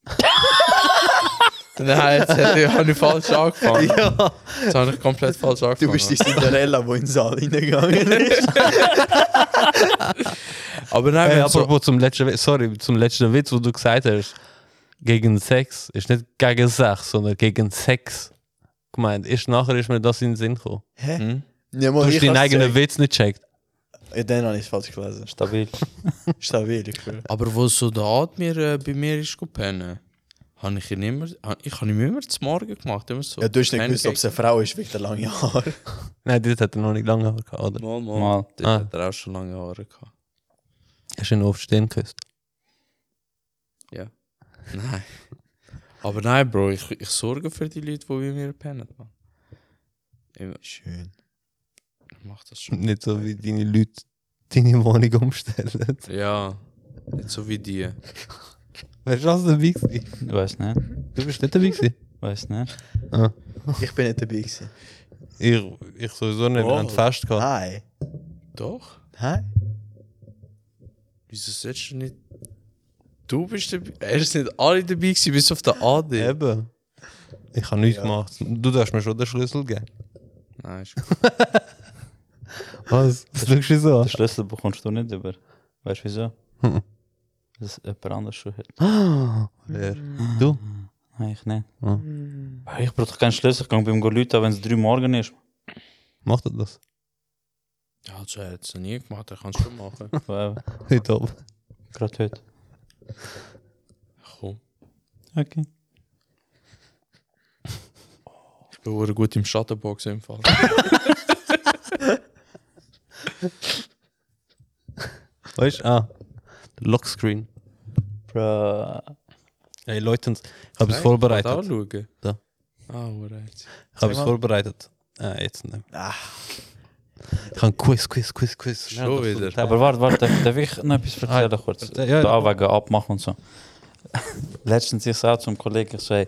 [SPEAKER 4] *laughs* Nein, jetzt hätte ich, habe ich falsch angefangen. *laughs*
[SPEAKER 1] Ja.
[SPEAKER 4] Jetzt habe ich komplett falsch
[SPEAKER 2] Du
[SPEAKER 4] angefangen.
[SPEAKER 2] bist die Cinderella, die in den Saal reingegangen ist.
[SPEAKER 4] Äh, aber nein,
[SPEAKER 1] Hey,
[SPEAKER 4] wenn so,
[SPEAKER 1] apropos zum letzten Witz, sorry, zum letzten Witz, wo du gesagt hast, gegen Sex ist nicht gegen Sex, sondern gegen Sex gemeint. Erst nachher ist mir das in den Sinn gekommen.
[SPEAKER 2] Hä?
[SPEAKER 4] Hm?
[SPEAKER 2] Ja,
[SPEAKER 1] Du
[SPEAKER 2] Mann, ich
[SPEAKER 1] hast deinen
[SPEAKER 2] hab's
[SPEAKER 1] eigenen
[SPEAKER 2] gesagt.
[SPEAKER 1] Witz nicht checkt.
[SPEAKER 2] Ja, dann habe ich es falsch gelesen.
[SPEAKER 3] Stabil.
[SPEAKER 2] *laughs* Stabil, ich schwöre.
[SPEAKER 4] aber wo so der Admir äh, bei mir ist gepennt, habe ich ihn immer, han- ich habe ihn immer zum Morgen gemacht. Immer so
[SPEAKER 2] Ja, du hast nicht gewusst, ob es
[SPEAKER 4] Pancake.
[SPEAKER 2] eine Frau ist wegen der langen Haare.
[SPEAKER 1] Nein, das hat er noch nicht lange gehabt, oder?
[SPEAKER 4] Mal, mal.
[SPEAKER 3] Mal.
[SPEAKER 4] Dort
[SPEAKER 1] Ah.
[SPEAKER 4] hat er auch schon lange Haare gehabt.
[SPEAKER 1] Hast du ihn auf die Stirn geküsst?
[SPEAKER 4] Nein. Aber nein, Bro, ich, ich sorge für die Leute, die bei mir pennen, Mann. Immer.
[SPEAKER 2] Schön.
[SPEAKER 4] Ich mach das schon.
[SPEAKER 1] Nicht so wie deine Leute deine Wohnung umstellen. *laughs*
[SPEAKER 4] Ja, nicht so wie die.
[SPEAKER 1] Wärst du also dabei gewesen?
[SPEAKER 3] Weiß nicht.
[SPEAKER 1] Du bist nicht dabei gewesen?
[SPEAKER 3] Weiß nicht.
[SPEAKER 1] Ah.
[SPEAKER 2] Ich bin nicht dabei gewesen.
[SPEAKER 1] Ich, ich sowieso nicht,
[SPEAKER 4] Oh.
[SPEAKER 1] wir haben Fest gehabt.
[SPEAKER 2] Nein.
[SPEAKER 4] Doch?
[SPEAKER 2] Nein?
[SPEAKER 4] Wieso sollst du nicht. Du bist dabei. Er ist nicht alle dabei gewesen, bis auf den
[SPEAKER 1] *laughs*
[SPEAKER 4] AD.
[SPEAKER 1] Eben. Ich habe nichts gemacht. Du darfst mir schon den Schlüssel geben.
[SPEAKER 4] Nein, ist gut.
[SPEAKER 1] Was? Das schaust du so
[SPEAKER 3] Den
[SPEAKER 1] an?
[SPEAKER 3] Schlüssel bekommst du nicht über. Weißt du wieso?
[SPEAKER 1] Hm.
[SPEAKER 3] Dass jemand anders schon hat.
[SPEAKER 1] Wer? Du?
[SPEAKER 3] Nein, ich nicht.
[SPEAKER 1] Ah.
[SPEAKER 3] Ah, Ich brauche keinen Schlüssel. Ich kann beim Leute, wenn es drei Morgen ist.
[SPEAKER 1] Macht er das? *laughs*
[SPEAKER 4] Ja, also, er hat es noch nie gemacht, er kann es schon machen.
[SPEAKER 3] Wow,
[SPEAKER 1] Heute Abend.
[SPEAKER 3] Gerade heute.
[SPEAKER 4] Komm.
[SPEAKER 3] Okay.
[SPEAKER 4] Ich bin verdammt gut im Schattenbox im Fall.
[SPEAKER 1] Weißt du? Ah. Der Lockscreen.
[SPEAKER 3] Bro.
[SPEAKER 1] Hey Leute, ich habe es
[SPEAKER 4] Nein,
[SPEAKER 1] vorbereitet.
[SPEAKER 4] Kannst du auch schauen?
[SPEAKER 1] Da.
[SPEAKER 4] Ah, alright.
[SPEAKER 1] Ich habe es
[SPEAKER 2] Zeig mal.
[SPEAKER 1] vorbereitet. Ah, jetzt nicht.
[SPEAKER 2] Ah.
[SPEAKER 1] Ich habe Quiz, Quiz, Quiz, Quiz.
[SPEAKER 4] Schon
[SPEAKER 1] Ja, doch,
[SPEAKER 4] wieder.
[SPEAKER 1] so-
[SPEAKER 3] Aber warte, warte, darf, darf ich noch etwas erzählen kurz?
[SPEAKER 1] erzähl, ja,
[SPEAKER 3] da wegen Abmachen und so. *laughs* Letztens ich sah zum Kollegen, ich so, hey,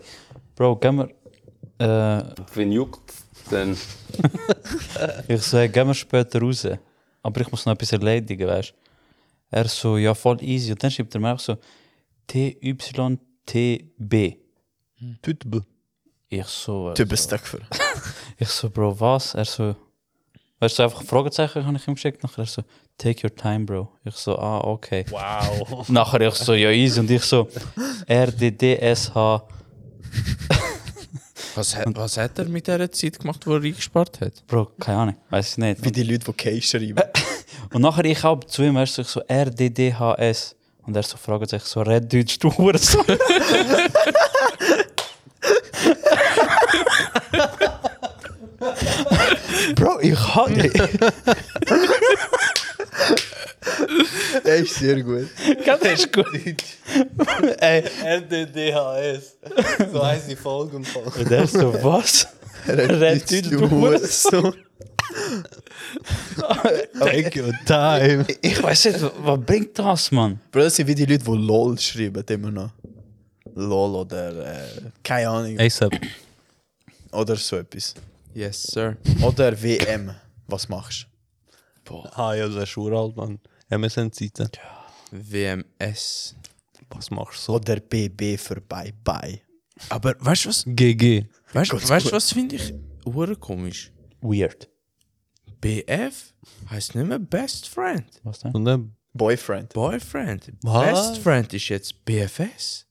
[SPEAKER 3] Bro, gehen wir. Äh,
[SPEAKER 5] Wenn juckt, dann
[SPEAKER 3] *laughs* ich so, hey, gehen wir später raus. Aber ich muss noch etwas erledigen, weißt du? Er so, ja, voll easy. Und dann schreibt er mir auch so, TYTB.
[SPEAKER 1] Tütbe.
[SPEAKER 3] Ich so,
[SPEAKER 2] Du
[SPEAKER 3] äh,
[SPEAKER 2] bist dafür.
[SPEAKER 3] ich so, Bro, was? Er so, weißt du, einfach Fragezeichen habe ich ihm geschickt. Nachher er so, take your time, Bro. Ich so, ah, okay.
[SPEAKER 1] Wow.
[SPEAKER 3] *laughs* Nachher ich so, ja, easy. Und ich so, RDDSH.
[SPEAKER 4] Was, hat- was hat er mit dieser Zeit gemacht, wo er eingespart hat?
[SPEAKER 3] Bro, keine Ahnung, weiß ich nicht.
[SPEAKER 2] Wie *laughs* die Leute, die K schreiben.
[SPEAKER 3] Und nachher ich auch zu ihm, weißt du, ich so RDDHS. Und er so fragt sich so, red Deutsch, du Hurensohn.
[SPEAKER 2] Bro, ich habe. Der ist sehr gut.
[SPEAKER 3] Gell, das ist gut. *laughs* Ey,
[SPEAKER 2] RDDHS. So heißt die Folge und Folge.
[SPEAKER 3] und er so, was? Red Deutsch, du Hurensohn.
[SPEAKER 1] Take your time.
[SPEAKER 3] Ich- Ich weiß nicht, wa- was bringt das, Mann?
[SPEAKER 2] Bro, das sind wie die Leute, die LOL schreiben, immer noch. LOL oder äh, keine Ahnung.
[SPEAKER 1] ASAP.
[SPEAKER 2] Oder so etwas.
[SPEAKER 4] Yes, sir.
[SPEAKER 2] Oder WM. Was machst
[SPEAKER 1] Ah ja, das ist uralt, Mann. MSN-Zeiten.
[SPEAKER 4] WMS.
[SPEAKER 1] Was machst du so?
[SPEAKER 2] du? Oder BB für Bye-Bye.
[SPEAKER 4] Aber weißt du was?
[SPEAKER 1] GG.
[SPEAKER 4] Weißt
[SPEAKER 2] Gott,
[SPEAKER 4] weißt du
[SPEAKER 2] gut.
[SPEAKER 4] was finde ich hure komisch?
[SPEAKER 3] Weird.
[SPEAKER 4] BF heißt nicht mehr Best Friend.
[SPEAKER 3] Was denn?
[SPEAKER 1] Und dann?
[SPEAKER 2] Boyfriend.
[SPEAKER 4] Boyfriend.
[SPEAKER 1] Was?
[SPEAKER 4] Best Friend ist jetzt BFS.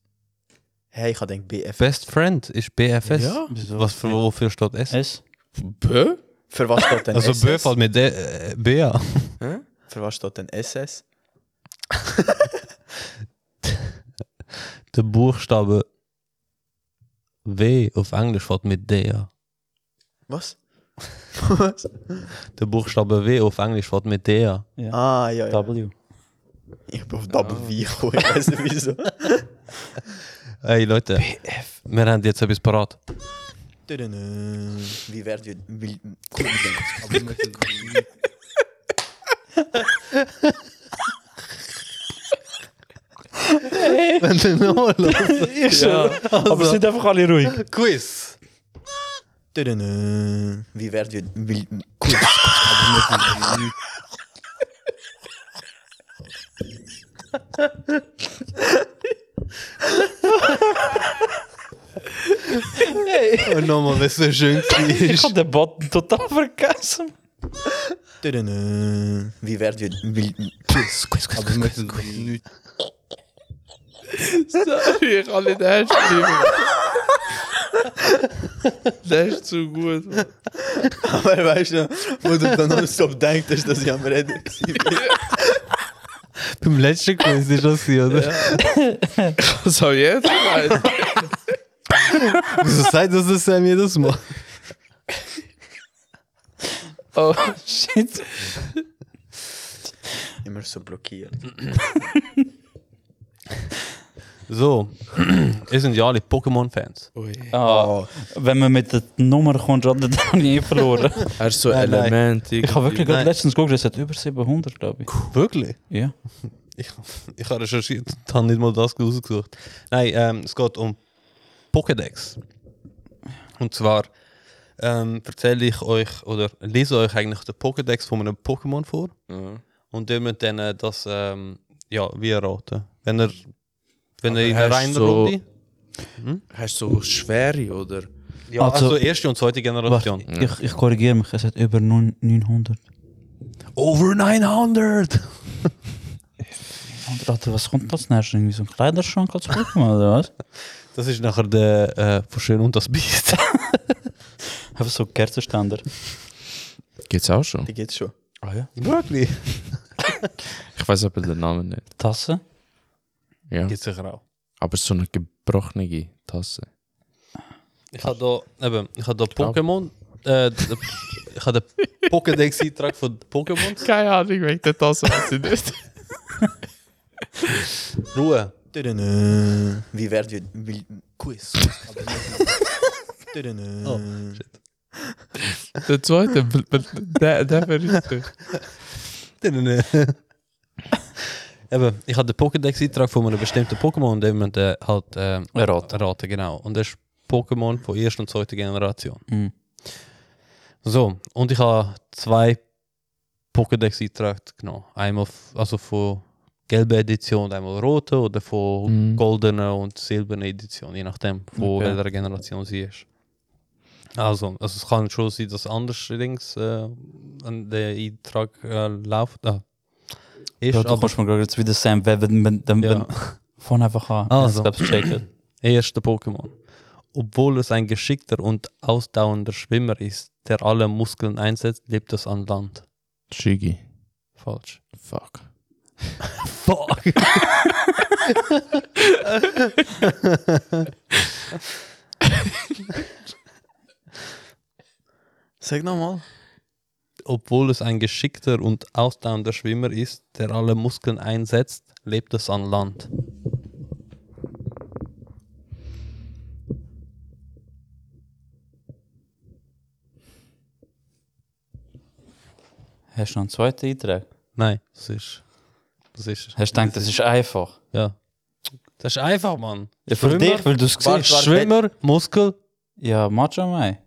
[SPEAKER 2] Hey, ich denke BF.
[SPEAKER 1] Best Friend ist BFS.
[SPEAKER 4] Ja.
[SPEAKER 3] Wieso?
[SPEAKER 1] Was für, wofür steht S?
[SPEAKER 3] Es?
[SPEAKER 4] B?
[SPEAKER 2] Für was *laughs* steht denn
[SPEAKER 1] Also
[SPEAKER 2] SS?
[SPEAKER 1] B fällt mit D, äh, B an.
[SPEAKER 4] Hä?
[SPEAKER 2] Für was steht denn SS?
[SPEAKER 1] Der Buchstabe W auf Englisch fällt mit D an.
[SPEAKER 2] Was? was?
[SPEAKER 1] Der Buchstabe W auf Englisch fällt mit D an.
[SPEAKER 3] Ja.
[SPEAKER 2] Ah, ja, Ah. ja.
[SPEAKER 3] *laughs* W.
[SPEAKER 2] Ich bin auf Double V gekommen, ich weiß nicht *laughs* wieso.
[SPEAKER 1] Hey Leute, wir haben jetzt etwas parat.
[SPEAKER 2] Tudunu. Wie werd je... Wie,
[SPEAKER 1] *laughs* Wenn du nochmal *laughs* los.
[SPEAKER 3] Aber sind einfach alle ruhig.
[SPEAKER 1] Quiz.
[SPEAKER 2] Tudunu. Wie werd je... Wie,
[SPEAKER 1] Und nochmal, das so schön
[SPEAKER 3] Ich
[SPEAKER 1] war.
[SPEAKER 3] hab den Button total vergessen.
[SPEAKER 2] tudunu. Wie werd je... Wie,
[SPEAKER 1] Quiz, Quiz,
[SPEAKER 2] Ah,
[SPEAKER 1] Quiz, Quiz, Quiz, Quiz.
[SPEAKER 4] Sorry, ich kann nicht erst schreiben. Der ist zu gut.
[SPEAKER 2] *laughs*
[SPEAKER 4] Mann.
[SPEAKER 2] aber weißt du, wo du dann nonstop denkst, ist, dass ich am Reden war.
[SPEAKER 1] Beim letzten Quiz ist das sie, oder?
[SPEAKER 4] Was soll jetzt? Mann?
[SPEAKER 1] Wieso sagt das der Sam jedes Mal?
[SPEAKER 3] Oh, shit.
[SPEAKER 2] Immer so blockiert.
[SPEAKER 1] So, *clears throat* ihr sind ja alle Pokémon-Fans.
[SPEAKER 3] Ah,
[SPEAKER 2] Oh.
[SPEAKER 3] Wenn man mit der Nummer kommt, hat er nie verloren.
[SPEAKER 4] Er ist so
[SPEAKER 1] Nein, nein.
[SPEAKER 4] Element.
[SPEAKER 3] Ich habe wirklich
[SPEAKER 1] Nein.
[SPEAKER 3] gerade letztens geguckt, es hat über 700, glaube ich.
[SPEAKER 1] Wirklich?
[SPEAKER 3] Ja.
[SPEAKER 1] Ich, ich habe recherchiert und habe nicht mal das rausgesucht. Nein, ähm, es geht um Pokédex. Und zwar ähm, erzähle ich euch oder lese euch eigentlich den Pokédex von einem Pokémon vor
[SPEAKER 4] Ja.
[SPEAKER 1] und ihr müsst dann äh, das ähm, ja, wie erraten. Wenn er, wenn er in
[SPEAKER 4] hast
[SPEAKER 1] der reinen
[SPEAKER 4] so-
[SPEAKER 1] Runde.
[SPEAKER 4] Hast du so schwere oder?
[SPEAKER 1] Ja, also,
[SPEAKER 3] Also-
[SPEAKER 1] erste und zweite
[SPEAKER 3] Warte,
[SPEAKER 1] Generation.
[SPEAKER 3] ich, ich korrigiere mich, es hat über 9 900.
[SPEAKER 1] Over 900!
[SPEAKER 3] Und dachte, was kommt das nächste? Irgendwie so ein Kleiderschrank als Pokémon oder was?
[SPEAKER 1] Das ist nachher der äh, von Schön und das Biest.
[SPEAKER 3] Einfach so Kerzenständer.
[SPEAKER 4] Geht's auch schon?
[SPEAKER 2] Die geht schon.
[SPEAKER 3] Ah ja.
[SPEAKER 1] Wirklich?
[SPEAKER 4] Ich weiß aber den Namen nicht.
[SPEAKER 3] Tasse?
[SPEAKER 4] Ja.
[SPEAKER 1] Geht sicher auch.
[SPEAKER 4] Aber so eine gebrochene Tasse.
[SPEAKER 1] Ich habe da, eben, ich habe da
[SPEAKER 4] glaub-
[SPEAKER 1] Pokémon. Äh, d- ich habe den Pokédex-Eintrag von Pokémon.
[SPEAKER 4] Keine Ahnung, wegen der Tasse weiß ich nicht.
[SPEAKER 1] Ruhe.
[SPEAKER 2] Tudene. Wie werd je... Wie, quiz. Tudene.
[SPEAKER 1] Oh,
[SPEAKER 4] *laughs* Der zweite, der, der verrückt.
[SPEAKER 1] Eben, ich habe den Pokédex-Eintrag von einem bestimmten Pokémon und dem man äh, halt ähm,
[SPEAKER 3] Erraten.
[SPEAKER 1] erraten, genau. Und das ist Pokémon von erster und zweiter Generation.
[SPEAKER 3] Mhm.
[SPEAKER 1] So, und ich habe zwei Pokédex-Einträge genommen. Einmal f- also von gelber Edition, und einmal rote oder von
[SPEAKER 4] Mhm.
[SPEAKER 1] goldener und silberner Edition, je nachdem, von
[SPEAKER 3] Okay.
[SPEAKER 1] welcher Generation sie ist. Also, also es kann schon sein, dass anders links äh, an der Eintrag äh, läuft. Äh, ist,
[SPEAKER 3] Ja, du
[SPEAKER 1] aber
[SPEAKER 3] kannst mir gerade jetzt wieder Sam Webben, wenn, wenn,
[SPEAKER 1] Ja.
[SPEAKER 3] wenn, *laughs* von einfach an.
[SPEAKER 1] Also.
[SPEAKER 3] Ich hab's gecheckt.
[SPEAKER 1] *clears throat* erste Pokémon. Obwohl es ein geschickter und ausdauernder Schwimmer ist, der alle Muskeln einsetzt, lebt es an Land.
[SPEAKER 4] Shiggy.
[SPEAKER 1] Falsch.
[SPEAKER 4] Fuck.
[SPEAKER 1] Fuck.
[SPEAKER 2] Zeg nou mal.
[SPEAKER 1] Obwohl es ein geschickter und ausdauernder Schwimmer ist, der alle Muskeln einsetzt, lebt es an Land.
[SPEAKER 3] Hast du noch einen zweiten Eintrag?
[SPEAKER 1] Nein, das ist. Das ist.
[SPEAKER 3] Hast du gedacht, das ist einfach?
[SPEAKER 1] Ja. Das ist einfach, Mann.
[SPEAKER 3] Ja, für dich, weil du es
[SPEAKER 2] Warte,
[SPEAKER 3] siehst.
[SPEAKER 2] warte.
[SPEAKER 1] Schwimmer, Muskel,
[SPEAKER 3] Ja, Macho Mai.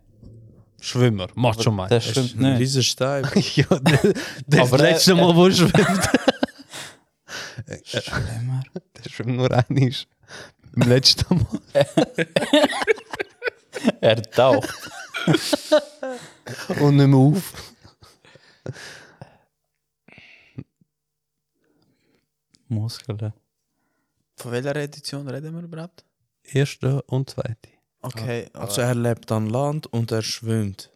[SPEAKER 1] Schwimmer. Macht schon mal.
[SPEAKER 3] Das stimmt nicht. *laughs*
[SPEAKER 4] Riesen Stein.
[SPEAKER 1] ja, *laughs* das, das
[SPEAKER 3] Aber der-
[SPEAKER 1] letzte Mal, wo er *laughs* schwimmt.
[SPEAKER 3] Schlimmer.
[SPEAKER 1] Der schwimmt nur einmal. Beim letzten Mal.
[SPEAKER 3] Er taucht. *laughs*
[SPEAKER 1] Und nicht mehr auf.
[SPEAKER 3] Muskeln.
[SPEAKER 2] Van welke edition reden we überhaupt?
[SPEAKER 1] Erste und zweite.
[SPEAKER 2] Oké.
[SPEAKER 4] Also er lebt an Land und er schwimmt.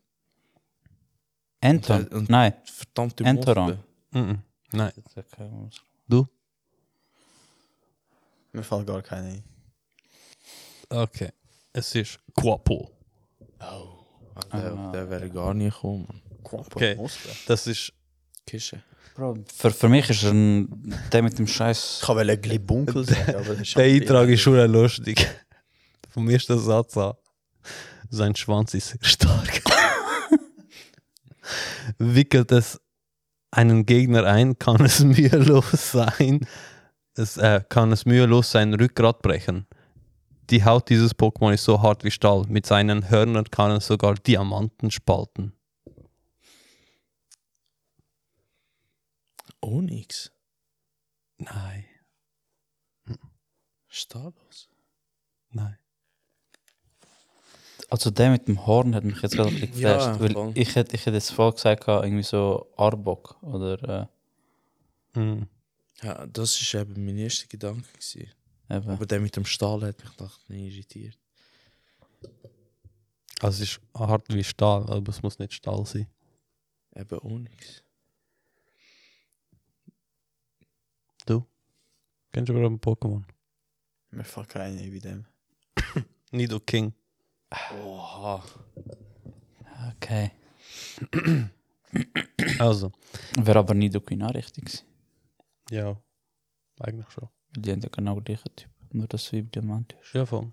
[SPEAKER 3] Anton.
[SPEAKER 4] Und- und-
[SPEAKER 3] Nein.
[SPEAKER 4] Verdammte
[SPEAKER 3] Enteron.
[SPEAKER 4] Mochte.
[SPEAKER 1] Mhm. Nein.
[SPEAKER 2] Mir valt gar keine ein.
[SPEAKER 1] Okay. Es ist Quapo.
[SPEAKER 4] Der,
[SPEAKER 3] Ah.
[SPEAKER 4] der wäre gar nicht gekommen.
[SPEAKER 1] Okay. Das ist.
[SPEAKER 4] Kische.
[SPEAKER 3] Bro, für, für mich ist er ein, der mit dem Scheiß.
[SPEAKER 2] Ich kann welchen Glibunkel sagen, aber das ist
[SPEAKER 1] Der Eintrag ist schon lustig. Vom ersten Satz an. Sein Schwanz ist sehr stark. *laughs* Wickelt es einen Gegner ein, kann es *laughs* mühelos sein. Es, äh, kann es mühelos sein Rückgrat brechen. Die Haut dieses Pokémon ist so hart wie Stahl. Mit seinen Hörnern kann es sogar Diamanten spalten.
[SPEAKER 4] Onyx.
[SPEAKER 1] Nein,
[SPEAKER 4] Stalos.
[SPEAKER 1] nein.
[SPEAKER 3] Also der mit dem Horn hat mich jetzt gerade ein bisschen
[SPEAKER 4] Ja,
[SPEAKER 3] geflasht.
[SPEAKER 4] voll.
[SPEAKER 3] weil ich hätte ich hätt jetzt voll gesagt, gehabt, irgendwie so Arbok oder
[SPEAKER 1] Hm.
[SPEAKER 4] Ja, das war eben mein erster Gedanke. Gewesen.
[SPEAKER 3] äh, eben.
[SPEAKER 4] Aber der mit dem Stahl hat mich gedacht, nicht irritiert.
[SPEAKER 1] Also es ist hart wie Stahl, aber es muss nicht Stahl sein.
[SPEAKER 4] Eben Onyx.
[SPEAKER 1] Kennst du überhaupt ein Pokémon?
[SPEAKER 2] Mir valt keine ein bei dem.
[SPEAKER 1] Nido King.
[SPEAKER 4] Oha.
[SPEAKER 3] Okay.
[SPEAKER 1] Also.
[SPEAKER 3] Wäre aber nicht Okina richtig gewesen.
[SPEAKER 1] Ja. Eigentlich schon.
[SPEAKER 3] Die haben ja genau den gleichen Typ. Nur, dass sie Diamant ist.
[SPEAKER 1] Ja, voll.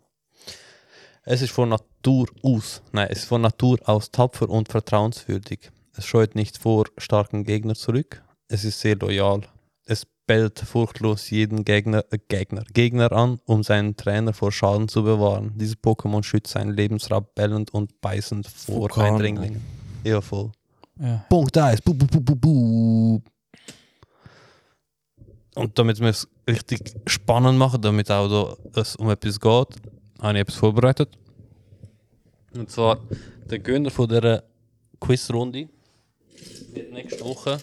[SPEAKER 1] Es ist von Natur aus, nein, es ist von Natur aus tapfer und vertrauenswürdig. Es scheut nicht vor starken Gegner zurück. Es ist sehr loyal. Es bellt furchtlos jeden Gegner, äh, Gegner, Gegner an, um seinen Trainer vor Schaden zu bewahren. Dieses Pokémon schützt sein Lebensrad bellend und beißend vor
[SPEAKER 4] Vulkan.
[SPEAKER 1] Eindringlingen. Ja, voll.
[SPEAKER 3] Ja.
[SPEAKER 1] Punkt eins. Bu, bu, bu, bu, bu. Und damit wir es richtig spannend machen, damit auch da es um etwas geht, habe ich etwas vorbereitet. Und zwar der Gönner von dieser Quizrunde wird nächste Woche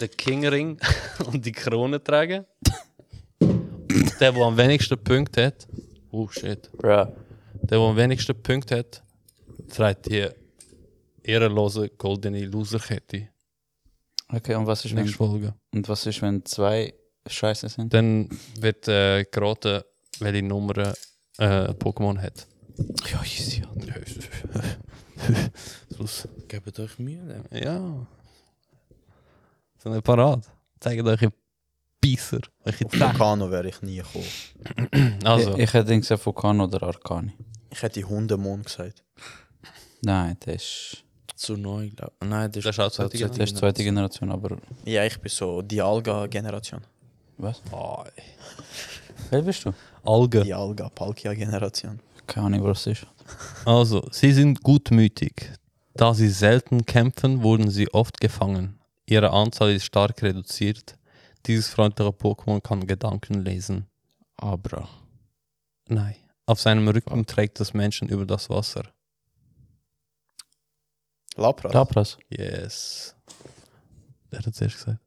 [SPEAKER 1] den Kingring *laughs* und die Krone tragen. Und der, der am wenigsten Punkte hat, oh shit,
[SPEAKER 3] Bruh.
[SPEAKER 1] der, der am wenigsten Punkte hat, trägt die ehrenlose goldene Loserkette.
[SPEAKER 3] Okay, und was ist, wenn,
[SPEAKER 1] Nächste Folge.
[SPEAKER 3] und was ist, wenn zwei Scheiße sind?
[SPEAKER 1] Dann wird äh, geraten, welche Nummer äh, Pokémon hat.
[SPEAKER 3] Ja, easy.
[SPEAKER 1] Sonst-
[SPEAKER 4] Gebt euch Mühe.
[SPEAKER 1] ja. Sind wir parat? Zeigt euch Pisser. Euch
[SPEAKER 2] Auf Vulcano wäre ich nie gekommen.
[SPEAKER 1] Also,
[SPEAKER 3] Ich, ich hätte gesagt Vulkan oder Arcani.
[SPEAKER 2] Ich hätte Hundemond gesagt.
[SPEAKER 3] Nein, das ist,
[SPEAKER 4] Zu neu, glaub Nein, das,
[SPEAKER 1] Das halt ist auch zweite
[SPEAKER 3] das ist die zweite Generation, aber
[SPEAKER 2] Ja, ich bin so die Alga-Generation.
[SPEAKER 3] was?
[SPEAKER 1] oh,
[SPEAKER 3] Wer bist du?
[SPEAKER 1] Algen.
[SPEAKER 2] Die Alga-Palkia-Generation.
[SPEAKER 3] Keine Ahnung, was das ist.
[SPEAKER 1] Also, sie sind gutmütig. Da sie selten kämpfen, wurden sie oft gefangen. Ihre Anzahl ist stark reduziert. Dieses freundliche Pokémon kann Gedanken lesen.
[SPEAKER 4] Abra.
[SPEAKER 1] Nein. Auf seinem Rücken trägt das Menschen über das Wasser.
[SPEAKER 2] Lapras.
[SPEAKER 3] Lapras.
[SPEAKER 1] Yes. Der hat es erst gesagt.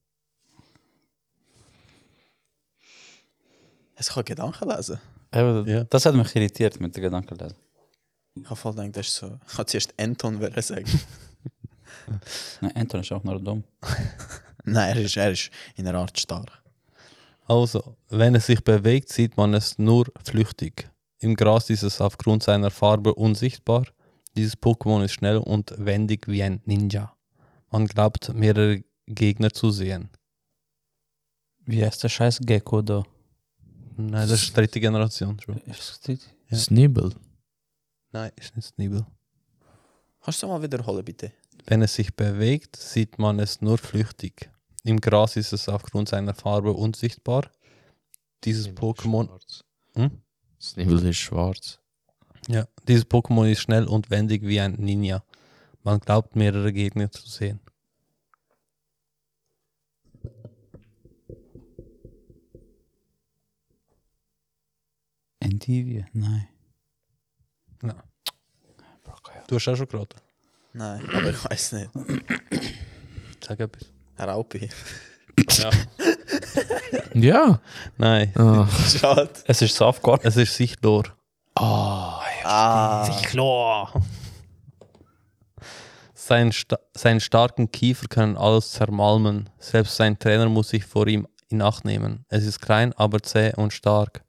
[SPEAKER 2] Es kann Gedanken lesen.
[SPEAKER 3] Eben,
[SPEAKER 1] Ja.
[SPEAKER 3] Das hat mich irritiert mit den Gedanken.
[SPEAKER 2] Ich habe voll gedacht, das ist so. Ich wollte zuerst Anton wollen sagen. *laughs*
[SPEAKER 3] Nein, Anton ist auch nur dumm.
[SPEAKER 2] Nein, er ist, er ist in einer Art starr.
[SPEAKER 1] Also, wenn es sich bewegt, sieht man es nur flüchtig. Im Gras ist es aufgrund seiner Farbe unsichtbar. Dieses Pokémon ist schnell und wendig wie ein Ninja. Man glaubt, mehrere Gegner zu sehen.
[SPEAKER 3] Wie heißt der scheiß Gecko da?
[SPEAKER 1] Nein, das ist dritte Generation schon.
[SPEAKER 3] Ist das
[SPEAKER 1] Ja.
[SPEAKER 4] Snibble.
[SPEAKER 1] Nein, ist nicht Snibel.
[SPEAKER 2] Kannst du das mal wiederholen, bitte?
[SPEAKER 1] Wenn es sich bewegt, sieht man es nur flüchtig. Im Gras ist es aufgrund seiner Farbe unsichtbar. Dieses Pokémon. Hm?
[SPEAKER 4] Snibble ist schwarz.
[SPEAKER 1] Ja, dieses Pokémon ist schnell und wendig wie ein Ninja. Man glaubt, mehrere Gegner zu sehen.
[SPEAKER 3] Endivia? Nein.
[SPEAKER 1] Nein.
[SPEAKER 3] Bro, keine
[SPEAKER 1] Du hast auch schon geraten.
[SPEAKER 2] *laughs* Nein, aber ich weiß nicht.
[SPEAKER 1] Sag etwas.
[SPEAKER 2] Raupi. *laughs*
[SPEAKER 1] Ja.
[SPEAKER 4] Ja.
[SPEAKER 1] Nein,
[SPEAKER 4] Ah.
[SPEAKER 2] Schade.
[SPEAKER 3] Es ist Safgar.
[SPEAKER 1] es ist Sichlor.
[SPEAKER 2] Ah.
[SPEAKER 1] Sichlor! Sein sta seinen starken Kiefer können alles zermalmen. Selbst sein Trainer muss sich vor ihm in Acht nehmen. Es ist klein, aber zäh und stark.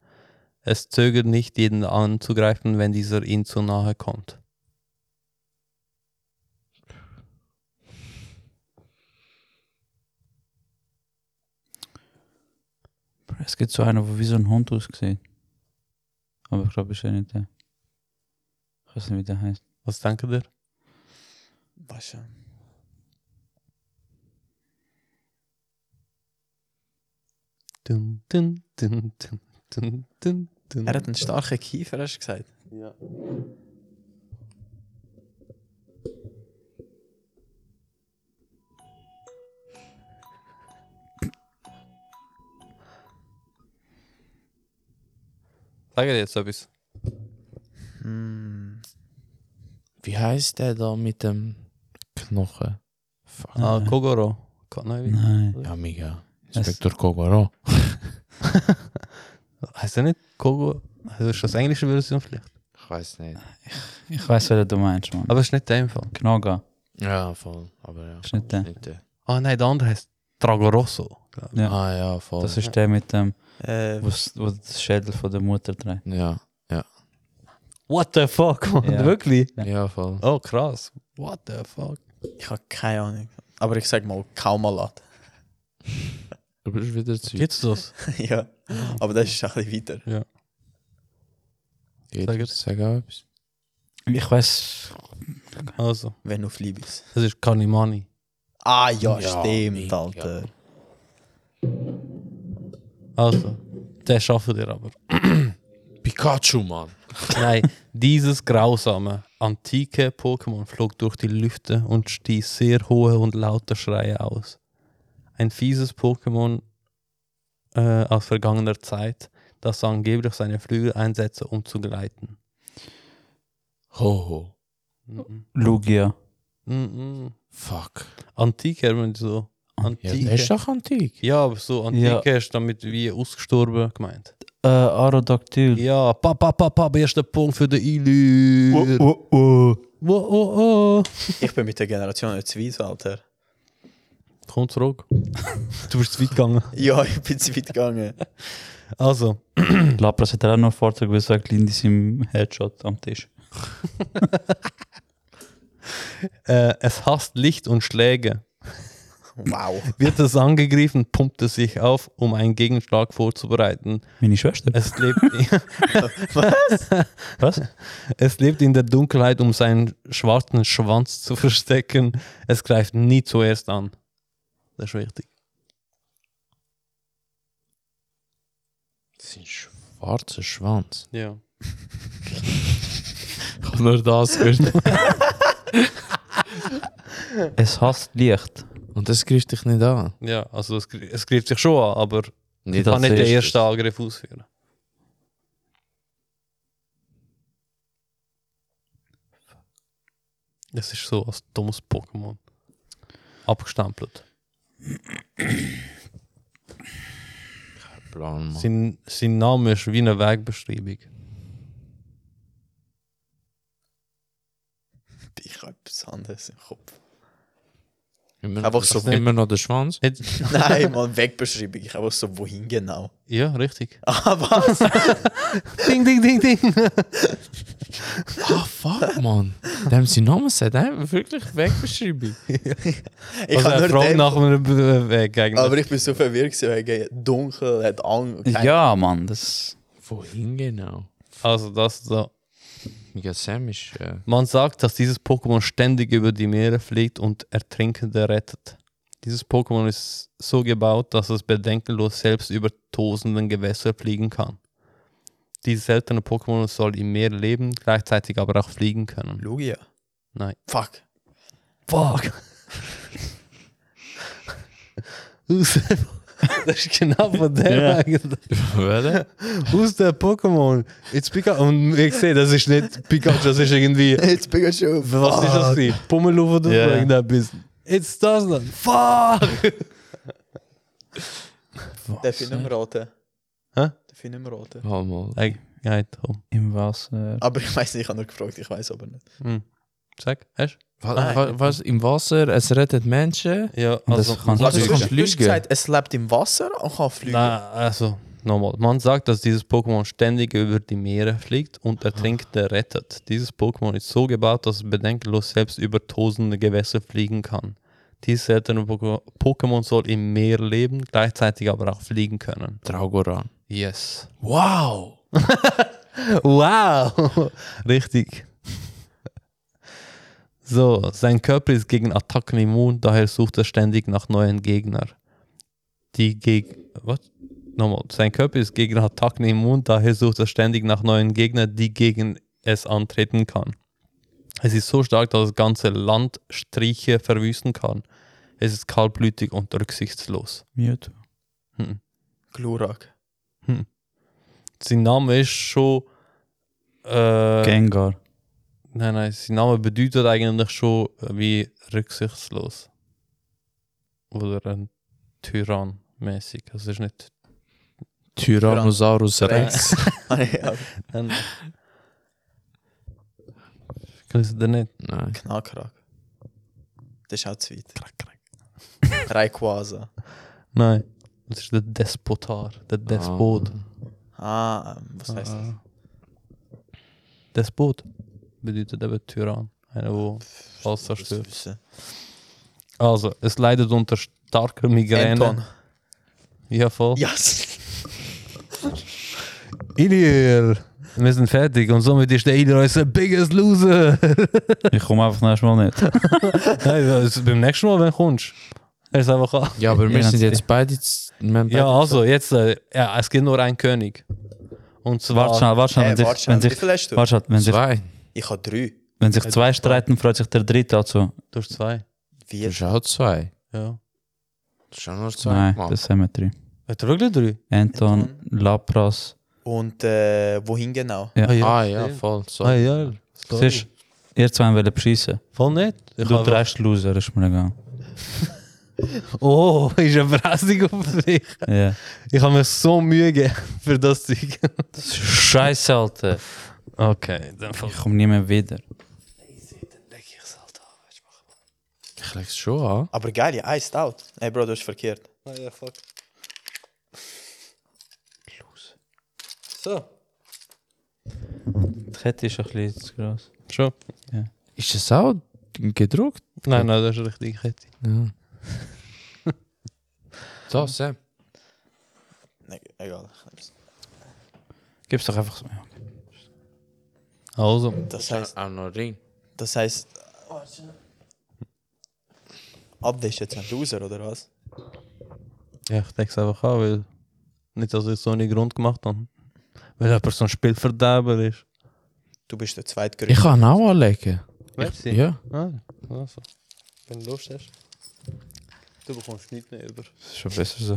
[SPEAKER 1] Es zögert nicht, jeden anzugreifen, wenn dieser ihm zu nahe kommt.
[SPEAKER 3] Es gibt so einen, der wie so ein Hund aussieht. Aber ich glaube, ich sehe nicht der. Ich weiß nicht, wie der heißt.
[SPEAKER 1] Was denkt ihr?
[SPEAKER 2] Weißt du?
[SPEAKER 1] Dun, dun, dun, dun, dun, dun, dun.
[SPEAKER 2] Er hat einen starken Kiefer, hast du gesagt.
[SPEAKER 1] Sag dir jetzt etwas.
[SPEAKER 2] Hmm.
[SPEAKER 4] Wie heißt der da mit dem Knochen? Fuck.
[SPEAKER 1] Ah, Kogoro. Ko- Nein. wie-
[SPEAKER 3] Nein.
[SPEAKER 4] Ja, mega.
[SPEAKER 3] Es-
[SPEAKER 4] Inspektor Kogoro.
[SPEAKER 1] *laughs* Heißt er nicht Kogo? Also ist das englische Version vielleicht.
[SPEAKER 4] Ich weiß nicht.
[SPEAKER 3] Ich weiß, wer du meinst, Mann.
[SPEAKER 1] Aber es ist nicht der im Fall.
[SPEAKER 3] Knoga.
[SPEAKER 4] Ja, voll. Aber ja.
[SPEAKER 3] Ist nicht der.
[SPEAKER 4] Nicht der.
[SPEAKER 1] Ah nein, der andere heißt Tragorosso.
[SPEAKER 3] Ja.
[SPEAKER 4] Ah ja, voll.
[SPEAKER 3] Das ist der mit dem,
[SPEAKER 2] Äh,
[SPEAKER 3] wo s- wo das Schädel von der Mutter trägt.
[SPEAKER 4] ja.
[SPEAKER 1] What the fuck, man? *laughs*
[SPEAKER 3] Ja.
[SPEAKER 1] Wirklich?
[SPEAKER 4] Ja, voll.
[SPEAKER 1] Oh, krass. What the fuck?
[SPEAKER 2] Ich habe keine Ahnung. Aber ich sag mal Kaumalat.
[SPEAKER 4] Du bist wieder zu weit.
[SPEAKER 1] Gibt's das?
[SPEAKER 2] *laughs* ja. Aber das ist ein bisschen weiter.
[SPEAKER 1] Sag
[SPEAKER 4] Jeder
[SPEAKER 1] jetzt.
[SPEAKER 4] sagt auch etwas.
[SPEAKER 3] Ich weiß.
[SPEAKER 1] Also,
[SPEAKER 2] Wenn du auf Libis.
[SPEAKER 1] das ist Kanimani.
[SPEAKER 2] Ah ja,
[SPEAKER 4] Ja,
[SPEAKER 2] stimmt,
[SPEAKER 4] mink,
[SPEAKER 2] Alter.
[SPEAKER 1] Also, das schaffen wir *laughs* aber.
[SPEAKER 4] Pikachu, Mann.
[SPEAKER 1] Nein, dieses grausame, antike Pokémon flog durch die Lüfte und stieß sehr hohe und laute Schreie aus. Ein fieses Pokémon äh, aus vergangener Zeit, das angeblich seine Flügel einsetzte, um zu gleiten.
[SPEAKER 4] Hoho.
[SPEAKER 1] Mhm.
[SPEAKER 3] Lugia.
[SPEAKER 1] Mhm.
[SPEAKER 4] Fuck.
[SPEAKER 1] Antike, wenn du so.
[SPEAKER 4] Ja,
[SPEAKER 1] Antike.
[SPEAKER 4] der ist doch antik.
[SPEAKER 1] Ja, aber so Antike ist damit wie ausgestorben gemeint.
[SPEAKER 3] Äh, Aerodactyl.
[SPEAKER 1] Ja, pa, pa, pa, pa, erster Punkt für den Ilür. Oh,
[SPEAKER 2] Oh, oh.
[SPEAKER 1] oh, oh.
[SPEAKER 2] Ich bin mit der Generation nicht zu weit, Alter.
[SPEAKER 1] Komm zurück. *laughs* du bist zu weit gegangen.
[SPEAKER 2] Ja, ich bin zu weit gegangen.
[SPEAKER 1] Also,
[SPEAKER 3] Lapras hat er auch noch einen Vorteil, weil er so klein ist im Headshot am Tisch.
[SPEAKER 1] äh, es hasst Licht und Schläge.
[SPEAKER 2] Wow.
[SPEAKER 1] Wird es angegriffen, pumpt es sich auf, um einen Gegenschlag vorzubereiten.
[SPEAKER 3] Meine Schwester.
[SPEAKER 1] Es lebt,
[SPEAKER 3] Was?
[SPEAKER 1] *laughs* es lebt in der Dunkelheit, um seinen schwarzen Schwanz zu verstecken. Es greift nie zuerst an. Das ist wichtig.
[SPEAKER 4] Das ist ein schwarzer *laughs* Schwanz.
[SPEAKER 1] Ja.
[SPEAKER 4] Ich habe nur das gehört.
[SPEAKER 3] Es hasst Licht.
[SPEAKER 4] Und das greift dich nicht an.
[SPEAKER 1] Ja, also es, gr- es greift sich schon an, aber
[SPEAKER 4] Nicht
[SPEAKER 1] kann nicht den ersten
[SPEAKER 4] erstes.
[SPEAKER 1] Angriff ausführen. Das ist so als dummes Pokémon. Abgestempelt.
[SPEAKER 4] Plan, Mann.
[SPEAKER 1] Sein, sein Name ist wie eine Wegbeschreibung.
[SPEAKER 2] Ich habe etwas anderes im Kopf.
[SPEAKER 4] Immer,
[SPEAKER 2] Aber
[SPEAKER 4] aber
[SPEAKER 2] so-
[SPEAKER 4] so immer noch der *laughs* Schwanz.
[SPEAKER 1] Jetzt-
[SPEAKER 2] Nein, mal Wegbeschreibung. Ich habe auch so, wohin genau?
[SPEAKER 1] *laughs*
[SPEAKER 2] *laughs*
[SPEAKER 1] Ja, richtig. Also
[SPEAKER 2] Ah, was?
[SPEAKER 1] Ding, ding, ding, ding.
[SPEAKER 4] Ah, fuck, Mann. Dem sein Name sagt einfach wirklich Wegbeschreibung.
[SPEAKER 2] Ich
[SPEAKER 1] also
[SPEAKER 2] habe
[SPEAKER 1] er
[SPEAKER 2] nur
[SPEAKER 1] fragt
[SPEAKER 2] den-
[SPEAKER 1] nach einem äh, Weg eigentlich.
[SPEAKER 2] Aber ich bin so verwirrt gewesen, wegen dunkel, hat Angst. keine-
[SPEAKER 3] Ja, Mann, das.
[SPEAKER 4] *laughs* Wohin genau?
[SPEAKER 1] also das so.
[SPEAKER 4] Ja, Sam ist. Äh,
[SPEAKER 1] Man sagt, dass dieses Pokémon ständig über die Meere fliegt und Ertrinkende rettet. Dieses Pokémon ist so gebaut, dass es bedenkenlos selbst über tosenden Gewässer fliegen kann. Dieses seltene Pokémon soll im Meer leben, gleichzeitig aber auch fliegen *laughs* können.
[SPEAKER 2] Lugia.
[SPEAKER 1] Nein.
[SPEAKER 2] Fuck.
[SPEAKER 1] Fuck. Aus der- das ist genau von der
[SPEAKER 3] Ja.
[SPEAKER 1] eigentlich.
[SPEAKER 4] *laughs* Welle?
[SPEAKER 1] Aus der Pokémon. Jetzt Pikachu. Und ich sehe, das ist nicht Pikachu, das ist irgendwie.
[SPEAKER 2] Jetzt bin ich schon.
[SPEAKER 1] Was ist das? gewesen? Pummeluff oder
[SPEAKER 3] Ja.
[SPEAKER 1] yeah. irgendetwas? Jetzt das dann.
[SPEAKER 4] *laughs*
[SPEAKER 1] Fuck!
[SPEAKER 2] Darf ich nicht mehr
[SPEAKER 1] Hä?
[SPEAKER 2] raten? Darf ich nicht mehr raten?
[SPEAKER 4] Oh, Mann.
[SPEAKER 1] Ey, ja, Tom.
[SPEAKER 3] Im Wasser.
[SPEAKER 2] Aber ich weiß nicht, ich habe nur gefragt, ich weiß aber nicht.
[SPEAKER 1] Hm. Sag, hast
[SPEAKER 4] Wa-
[SPEAKER 2] Nein.
[SPEAKER 4] wa- Was, im Wasser, es rettet Menschen.
[SPEAKER 1] du? Ja,
[SPEAKER 3] das
[SPEAKER 1] also.
[SPEAKER 3] kann-
[SPEAKER 1] man
[SPEAKER 3] Also,
[SPEAKER 1] sagt-
[SPEAKER 3] du kannst
[SPEAKER 4] fliegen.
[SPEAKER 2] es lebt im Wasser und kann fliegen.
[SPEAKER 1] Nein, also, nochmal. Man sagt, dass dieses Pokémon ständig über die Meere fliegt und Ertrinkte rettet. Dieses Pokémon ist so gebaut, dass es bedenkenlos selbst über tosende Gewässer fliegen kann. Dieses seltene Poké- Pokémon soll im Meer leben, gleichzeitig aber auch fliegen können.
[SPEAKER 4] Dragoran.
[SPEAKER 1] Yes.
[SPEAKER 4] Wow!
[SPEAKER 1] Wow! *laughs* Richtig. So, sein Körper ist gegen Attacken immun, daher sucht er ständig nach neuen Gegner. Die gegen. Was? Nochmal. Sein Körper ist gegen Attacken immun, daher sucht er ständig nach neuen Gegnern, die gegen es antreten kann. Es ist so stark, dass das ganze Land Striche verwüsten kann. Es ist kaltblütig und rücksichtslos.
[SPEAKER 3] Mute.
[SPEAKER 1] Hm.
[SPEAKER 2] Glurak.
[SPEAKER 1] Sein Name ist schon. Äh,
[SPEAKER 3] Gengar.
[SPEAKER 1] Nein, nein, sein Name bedeutet eigentlich schon äh, wie rücksichtslos. Oder ein Tyrann mäßig. Das ist nicht.
[SPEAKER 4] Tyrannosaurus *laughs* Rex.
[SPEAKER 2] *laughs* Ah, ja,
[SPEAKER 1] Ein *laughs* Kennst du den nicht?
[SPEAKER 4] Nein.
[SPEAKER 2] Knackrack. Das ist auch zu weit. Rayquaza.
[SPEAKER 1] Nein. Ah. Das ist der Despotar, der Despot.
[SPEAKER 2] Ah, ähm, was heißt das?
[SPEAKER 1] Despot bedeutet eben Tyrann. Einer, der alles zerstört. Also, es leidet unter starker Migräne.
[SPEAKER 2] Anton.
[SPEAKER 1] Ja, voll.
[SPEAKER 2] Yes!
[SPEAKER 1] Ilir, wir sind fertig und somit ist der Ilir unser biggest loser.
[SPEAKER 3] Ich komme einfach nächstes Mal nicht.
[SPEAKER 1] Nein, das ist beim nächsten Mal, wenn du kommst. Er ist einfach an.
[SPEAKER 4] Ja, aber wir
[SPEAKER 3] Ja,
[SPEAKER 4] sind
[SPEAKER 3] natürlich.
[SPEAKER 4] jetzt beide. z- wir haben
[SPEAKER 1] Ja,
[SPEAKER 4] beide-
[SPEAKER 1] also, jetzt, äh, ja, es gibt nur einen König. Und zwar.
[SPEAKER 3] Warte schnell, warte schnell.
[SPEAKER 2] Hey,
[SPEAKER 3] wenn sich-
[SPEAKER 2] warte schnell,
[SPEAKER 3] wenn
[SPEAKER 2] wie
[SPEAKER 3] sich-
[SPEAKER 2] viel hast du?
[SPEAKER 3] Warte schnell, wenn sich,
[SPEAKER 4] Zwei.
[SPEAKER 2] Ich habe drei.
[SPEAKER 3] wenn sich zwei streiten, freut sich der dritte also.
[SPEAKER 1] Durch zwei.
[SPEAKER 4] Du
[SPEAKER 2] Vier.
[SPEAKER 4] hast auch zwei.
[SPEAKER 1] Ja.
[SPEAKER 4] Du hast auch nur zwei.
[SPEAKER 3] Nein,
[SPEAKER 4] Mann.
[SPEAKER 3] das haben wir drei.
[SPEAKER 1] Hat er wirklich drei?
[SPEAKER 3] Anton,
[SPEAKER 2] Anton.
[SPEAKER 3] Lapras.
[SPEAKER 2] Und äh, wohin genau?
[SPEAKER 3] Ja.
[SPEAKER 4] ah ja,
[SPEAKER 1] stimmt.
[SPEAKER 4] voll. So.
[SPEAKER 1] Ah ja. Sorry.
[SPEAKER 3] Siehst du, ihr zwei wollt beschissen.
[SPEAKER 1] Voll nicht. Ich
[SPEAKER 3] Du
[SPEAKER 1] hab-
[SPEAKER 3] drehst Loser, ist mir egal.
[SPEAKER 1] Oh, *laughs* ist eine Verhässung auf dich.
[SPEAKER 3] Ja.
[SPEAKER 1] Ich habe mir so Mühe gegeben für das Zeug.
[SPEAKER 3] Scheiße, Alter.
[SPEAKER 1] Okay, dann
[SPEAKER 3] Ich komme nie mehr wieder.
[SPEAKER 4] Ich leg's schon an.
[SPEAKER 2] Aber geil, ja, iced out. Ey, Bro, du bist verkehrt.
[SPEAKER 1] *laughs* Ah ja, fuck. So.
[SPEAKER 3] Die Kette ist ein bisschen zu gross.
[SPEAKER 1] Schon.
[SPEAKER 4] Ist das auch gedruckt?
[SPEAKER 1] Nein, nein, das ist richtig Kette.
[SPEAKER 4] Ja. so, Sam.
[SPEAKER 2] Nee, Ne, egal. ich nehm's.
[SPEAKER 3] Gib's doch einfach so. Ja, okay.
[SPEAKER 1] Also.
[SPEAKER 2] Das heißt,
[SPEAKER 4] Auch noch Ring.
[SPEAKER 2] das heißt. Abde ist jetzt ein Loser, oder was?
[SPEAKER 1] Ja, ich denke es einfach an, weil nicht, dass ich so einen Grund gemacht habe. Weil jemand so ein Spielverderber ist.
[SPEAKER 2] Du bist der zweitgrößte.
[SPEAKER 4] Ich kann auch anlegen.
[SPEAKER 1] Merci.
[SPEAKER 4] Ja.
[SPEAKER 1] Ah, also. Wenn du Lust hast. Du bekommst nichts mehr über.
[SPEAKER 3] Das ist schon besser so.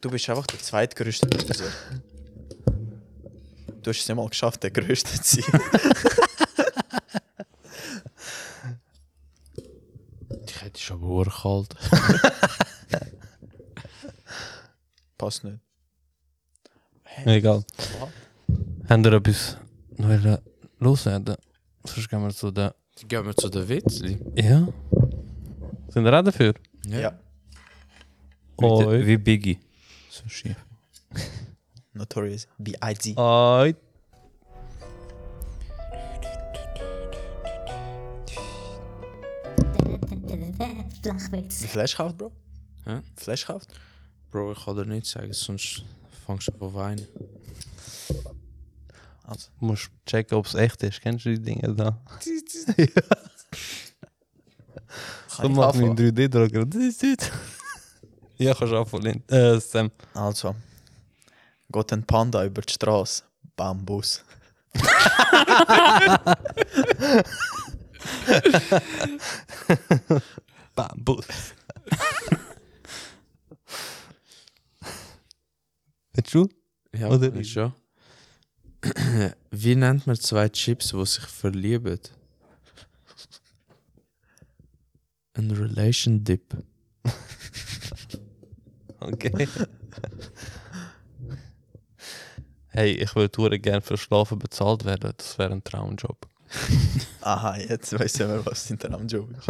[SPEAKER 2] Du bist einfach der zweitgrößte Loser. Du hast es nicht mal geschafft, der größte zu sein.
[SPEAKER 4] Die Kette ist aber urkalt.
[SPEAKER 2] Passt nicht.
[SPEAKER 1] Egal. Habt ihr etwas noch wollen loswerden? Sonst gehen wir zu der.
[SPEAKER 4] Gehen wir zu den Witzen.
[SPEAKER 1] Ja? Sind ihr auch dafür?
[SPEAKER 2] Ja.
[SPEAKER 3] Wie,
[SPEAKER 1] Oh,
[SPEAKER 3] de-
[SPEAKER 1] ich-
[SPEAKER 3] wie Biggie. So schief.
[SPEAKER 2] Notorious.
[SPEAKER 1] Oh.
[SPEAKER 2] B.I.G.
[SPEAKER 1] Oi.
[SPEAKER 2] Wie viel hast du gekauft, Bro?
[SPEAKER 4] Hä?
[SPEAKER 2] Wie viel hast du gekauft?
[SPEAKER 4] Bro, ich kann dir nicht sagen, sonst fangst du an weinen.
[SPEAKER 2] Also,
[SPEAKER 1] Du musst checken, ob es echt ist. Kennst du die Dinge da?
[SPEAKER 2] kann
[SPEAKER 1] Du
[SPEAKER 2] ich
[SPEAKER 1] machst meinen
[SPEAKER 2] anfangen?
[SPEAKER 1] 3D-Drucker. Das ist es. *laughs* Ja, kannst du anfangen. Äh, Sam.
[SPEAKER 2] Also, geht ein Panda über die Straße. Bambus.
[SPEAKER 1] Bambus. Willst du?
[SPEAKER 4] Ja,
[SPEAKER 1] Oder
[SPEAKER 4] kann ich
[SPEAKER 1] ich.
[SPEAKER 4] schon. Wie nennt man zwei Chips, die sich verlieben? Ein Relation Dip.
[SPEAKER 1] Okay. hey, ich würde hure gern für Schlafen bezahlt werden. Das wäre ein Traumjob.
[SPEAKER 2] Aha, jetzt weiss ich mehr, was hinter am Job ist.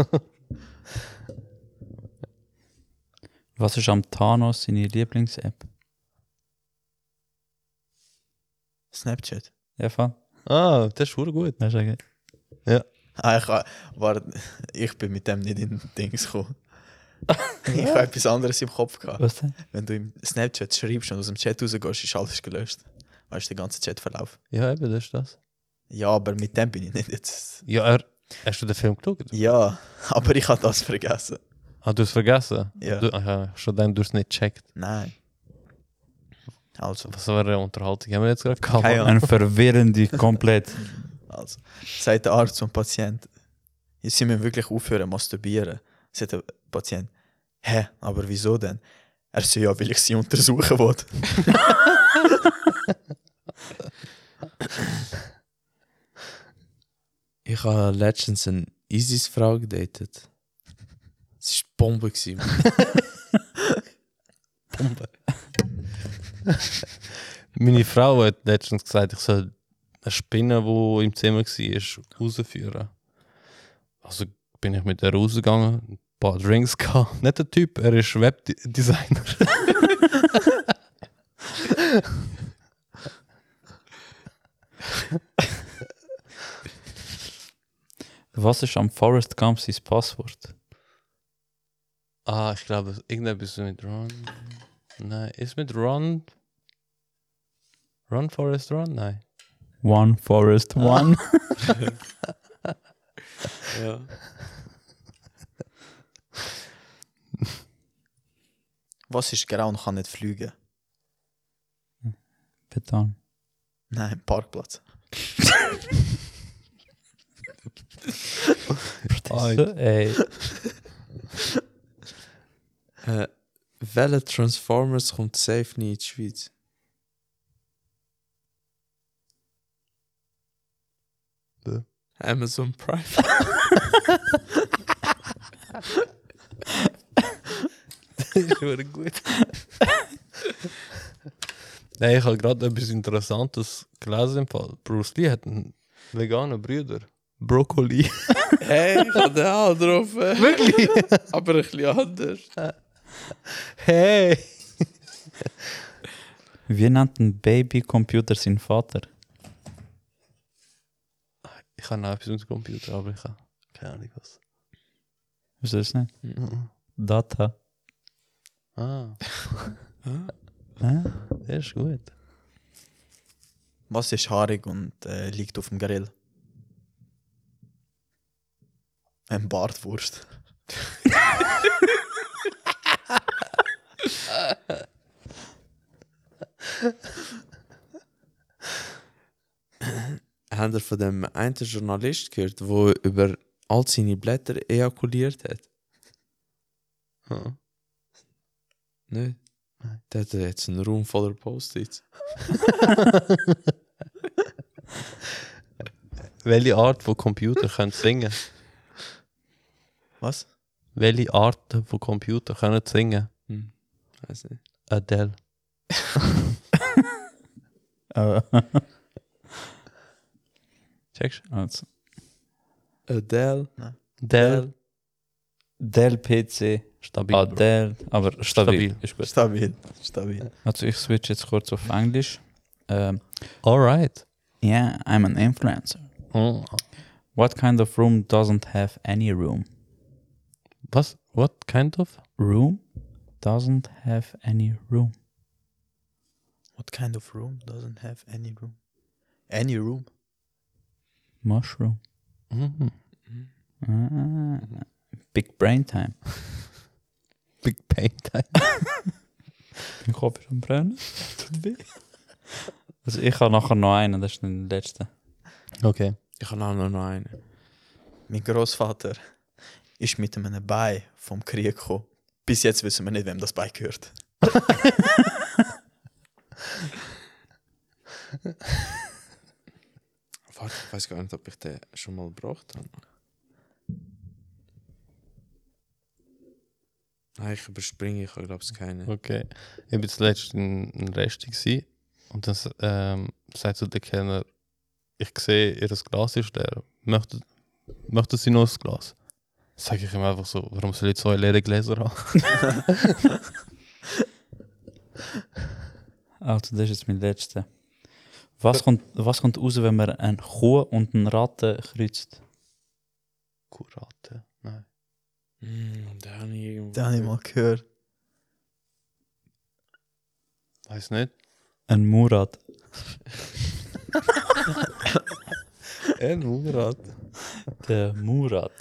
[SPEAKER 3] Was ist am Thanos seine Lieblings-App?
[SPEAKER 2] Snapchat.
[SPEAKER 3] Ja, voll.
[SPEAKER 1] Ah, das ist hure gut.
[SPEAKER 3] Das ist okay.
[SPEAKER 2] Ah, ich, ha- war, ich bin mit dem nicht in Dings gekommen. ich habe etwas anderes im Kopf gehabt.
[SPEAKER 3] Was denn?
[SPEAKER 2] Wenn du im Snapchat schreibst und aus dem Chat rausgehst, ist alles gelöscht. Weißt du, der ganze Chatverlauf.
[SPEAKER 1] Ja, eben, das ist das.
[SPEAKER 2] Ja, aber mit dem bin ich nicht jetzt.
[SPEAKER 1] Ja, er, hast du den Film geschaut?
[SPEAKER 2] Ja, *laughs* aber ich habe das vergessen.
[SPEAKER 1] Ah, du hast vergessen?
[SPEAKER 2] Ja.
[SPEAKER 1] Du, aha, schon dann, du hast nicht gecheckt.
[SPEAKER 2] Nein. Also,
[SPEAKER 1] Was war eine Unterhaltung? Haben wir jetzt gerade gehabt?
[SPEAKER 2] Keine Ja.
[SPEAKER 3] Ein verwirrende, komplett.
[SPEAKER 2] also. Sagt der Arzt zum Patient, jetzt müssen wir wirklich aufhören masturbieren. Sagt der Patient, hä, aber wieso denn? Er sagt, ja, weil ich sie untersuchen wollte.
[SPEAKER 4] Ich habe letztens eine Isis Frau gedatet. Es war Bombe. gewesen, Mann.
[SPEAKER 1] Meine Frau hat letztens gesagt, ich soll eine Spinne, die im Zimmer war, rausführen. Also bin ich mit der rausgegangen, ein paar Drinks gehabt. Nicht der Typ, er ist Webdesigner.
[SPEAKER 3] Was ist am Forrest Gump sein Passwort?
[SPEAKER 1] Ah, ich glaube, irgendetwas mit Run. Nein, ist mit Run. Run Forest Run? Nein.
[SPEAKER 3] One Forrest One.
[SPEAKER 4] Ja.
[SPEAKER 2] Was ist grau und kann nicht fliegen?
[SPEAKER 3] Beton.
[SPEAKER 2] Nein, Parkplatz.
[SPEAKER 3] Verstehst du? Ey,
[SPEAKER 4] Äh, welcher Transformers kommt safe nie in die Schweiz?
[SPEAKER 1] Der?
[SPEAKER 4] Amazon Prime. *laughs*
[SPEAKER 1] Wurde gut. Nein, ich habe gerade etwas Interessantes gelesen. im Fall. Bruce Lee hat einen veganen Bruder. Brokkoli.
[SPEAKER 4] hey, ich habe den auch drauf. Wirklich? Aber ein bisschen anders.
[SPEAKER 1] *laughs* Hey!
[SPEAKER 3] wie nennt ein Babycomputer seinen Vater?
[SPEAKER 1] Ich habe noch etwas mit dem Computer, aber ich habe keine Ahnung was.
[SPEAKER 3] Weißt du das nicht? Data.
[SPEAKER 1] Ah,
[SPEAKER 3] *laughs* Hä?
[SPEAKER 1] der ist gut.
[SPEAKER 2] Was ist haarig und äh, liegt auf dem Grill? Ein Bartwurst.
[SPEAKER 4] Habt ihr von dem einen Journalist gehört, der über all seine Blätter ejakuliert hat?
[SPEAKER 1] Ah.
[SPEAKER 4] Nicht? Nein. Der hat jetzt einen Raum voller Post-its.
[SPEAKER 1] Welche Art von
[SPEAKER 3] *laughs*
[SPEAKER 1] Computer können singen?
[SPEAKER 2] Was?
[SPEAKER 1] Welche Art von Computer können singen?
[SPEAKER 4] Hm. Weiß nicht.
[SPEAKER 1] Adele.
[SPEAKER 3] Äh,
[SPEAKER 1] Checkst
[SPEAKER 3] also.
[SPEAKER 4] Adele.
[SPEAKER 1] du? Adele.
[SPEAKER 3] Dell PC.
[SPEAKER 1] Stabil.
[SPEAKER 3] Ah,
[SPEAKER 1] Bro.
[SPEAKER 3] Dell. Aber stabil.
[SPEAKER 1] Stabil.
[SPEAKER 3] Ist gut.
[SPEAKER 2] Stabil. Stabil.
[SPEAKER 3] Also ich switch jetzt kurz auf Englisch. Ähm,
[SPEAKER 1] Alright.
[SPEAKER 3] yeah, I'm an influencer. Mhm.
[SPEAKER 1] Oh.
[SPEAKER 3] What kind of room doesn't have any room?
[SPEAKER 1] Was? What kind of?
[SPEAKER 3] Room doesn't have any room.
[SPEAKER 2] What kind of room doesn't have any room? Any room?
[SPEAKER 3] Mushroom.
[SPEAKER 1] Mhm.
[SPEAKER 3] Ah, big brain time.
[SPEAKER 1] *laughs* Big Pain Time.
[SPEAKER 3] *laughs* Mein Kopf ist am Brennen. Tut *laughs* weh. Also ich habe nachher noch einen, das ist der letzte.
[SPEAKER 1] Okay.
[SPEAKER 4] Ich habe auch noch einen.
[SPEAKER 2] Mein Großvater ist mit einem Bein vom Krieg gekommen. Bis jetzt wissen wir nicht, wem das Bein gehört.
[SPEAKER 4] Warte, ich weiß gar nicht, ob ich den schon mal gebraucht habe. Nein, ich überspringe, ich glaube es keine.
[SPEAKER 1] Okay. Ich war zuletzt in, in Resti gsi und dann ähm, sagt so der Kellner, ich sehe, ihr Glas ist leer. Möchten, möchten Sie noch ein Glas? Sage ich ihm einfach so, warum soll ich zwei leere Gläser haben? *laughs*
[SPEAKER 3] Also das ist jetzt mein letzter. Was kommt, was kommt raus, wenn man eine Kuh und einen Ratten kreuzt?
[SPEAKER 1] Kurate. Nein.
[SPEAKER 4] Hm, den habe ich irgendwo.
[SPEAKER 2] Den habe ich mal gehört.
[SPEAKER 1] Weiß nicht.
[SPEAKER 3] Ein
[SPEAKER 1] *laughs*
[SPEAKER 3] Murat.
[SPEAKER 1] Ein Unrat.
[SPEAKER 3] Der Murat.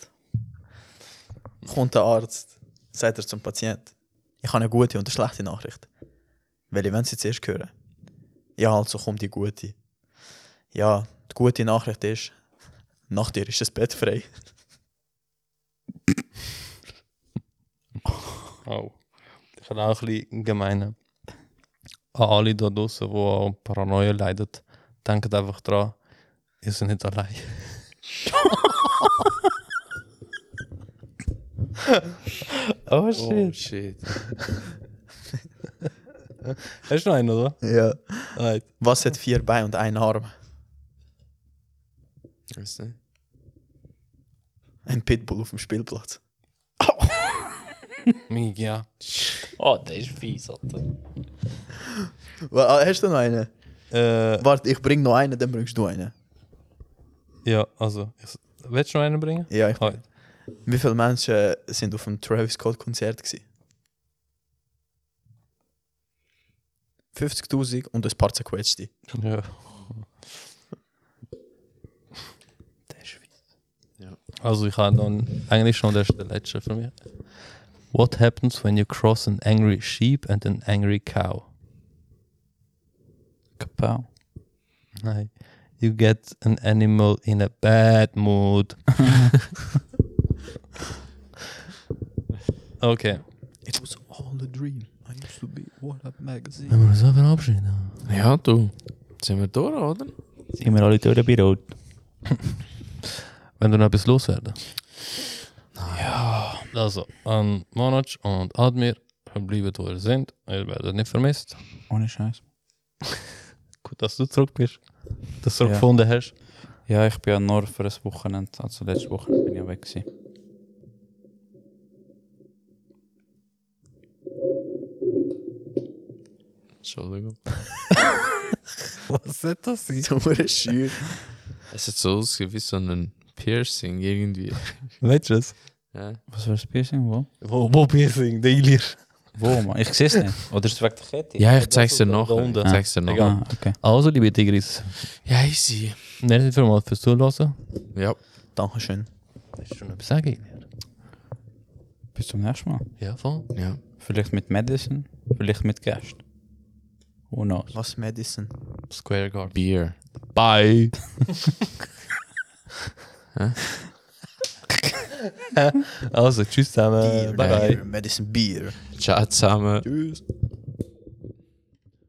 [SPEAKER 2] Kommt der Arzt, sagt er zum Patient. Ich habe eine gute und eine schlechte Nachricht. Welche wollen Sie zuerst hören? Ja, also kommt die gute. Ja, die gute Nachricht ist, nach dir ist das Bett frei.
[SPEAKER 1] Au. Ich habe auch ein bisschen gemeine. An alle da draußen, die an Paranoia leiden, denkt einfach dran, ihr seid nicht *laughs* allein.
[SPEAKER 3] Oh
[SPEAKER 4] Oh shit.
[SPEAKER 1] Hast du noch einen, oder?
[SPEAKER 2] Ja.
[SPEAKER 1] Nein.
[SPEAKER 2] Was hat vier Beine und einen Arm?
[SPEAKER 4] Ich weiß nicht.
[SPEAKER 2] Ein Pitbull auf dem Spielplatz.
[SPEAKER 1] Mich, ja.
[SPEAKER 3] Oh, der ist fies, Alter.
[SPEAKER 2] Wa- ah, Hast du noch einen?
[SPEAKER 1] Äh,
[SPEAKER 2] Warte, ich bring noch einen, dann bringst du einen.
[SPEAKER 1] ja, also, ich, Willst du noch einen bringen?
[SPEAKER 2] Ja, ich,
[SPEAKER 1] Halt.
[SPEAKER 2] wie viele Menschen sind auf dem Travis Scott Konzert gewesen? 50.000 und ein paar zerquetschte.
[SPEAKER 1] Ja.
[SPEAKER 3] Der ist wie-
[SPEAKER 1] Also ich habe dann eigentlich schon der, der letzte für mich. What happens when you cross an angry sheep and an angry cow?
[SPEAKER 3] Kapau.
[SPEAKER 1] Nein. You get an animal in a bad *laughs* mood. okay.
[SPEAKER 2] It was all a dream. I used to be what a
[SPEAKER 1] *laughs*
[SPEAKER 2] magazine.
[SPEAKER 1] Wenn wir uns auch verabschieden.
[SPEAKER 4] Ja, du. Sind wir durch, oder?
[SPEAKER 3] Sind wir alle durch bei Rot?
[SPEAKER 1] Wenn du noch etwas loswerden. Ja. Also, an Monac und Admir, bleibt wo ihr seid. Ihr werdet nicht vermisst.
[SPEAKER 3] Ohne Scheiß.
[SPEAKER 1] Gut, dass du zurück bist. Dass du
[SPEAKER 3] Ja.
[SPEAKER 1] gefunden hast.
[SPEAKER 3] Ja, ich bin ja nur für ein Wochenende. Also letzte Woche bin ich ja weg. Gewesen.
[SPEAKER 4] Entschuldigung.
[SPEAKER 1] Was ist das?
[SPEAKER 2] So eine Schür.
[SPEAKER 4] Es hat so ausgesehen wie so ein Piercing irgendwie.
[SPEAKER 1] Welches?
[SPEAKER 4] Ja.
[SPEAKER 3] Was für ein Piercing? Wo?
[SPEAKER 1] Wo, wo Piercing? Der Ilir.
[SPEAKER 3] Wo, Mann? Ich sehe es *laughs* nicht. Oder ist es wegen der Kette?
[SPEAKER 4] ja, ich zeig's dir
[SPEAKER 1] da
[SPEAKER 4] nachher.
[SPEAKER 1] unten.
[SPEAKER 4] Ich zeig's dir nachher.
[SPEAKER 3] Ah, okay.
[SPEAKER 1] Also, liebe Tigris,
[SPEAKER 4] Ja, ich sehe.
[SPEAKER 1] merci vielmals fürs Zuhören.
[SPEAKER 4] Ja.
[SPEAKER 2] Dankeschön.
[SPEAKER 1] Willst du schon etwas sagen, Ilir?
[SPEAKER 3] Bis zum nächsten Mal.
[SPEAKER 1] Ja, voll.
[SPEAKER 4] Ja.
[SPEAKER 3] Vielleicht mit Madison, vielleicht mit Gast. Who knows?
[SPEAKER 2] Was Madison?
[SPEAKER 1] Square Guard.
[SPEAKER 4] Beer.
[SPEAKER 1] Bye. *laughs* also, tschüss zusammen.
[SPEAKER 2] Beer,
[SPEAKER 1] Bye bye. Also, Eh,
[SPEAKER 2] Madison Beer.
[SPEAKER 4] Ciao zusammen.
[SPEAKER 2] Tschüss.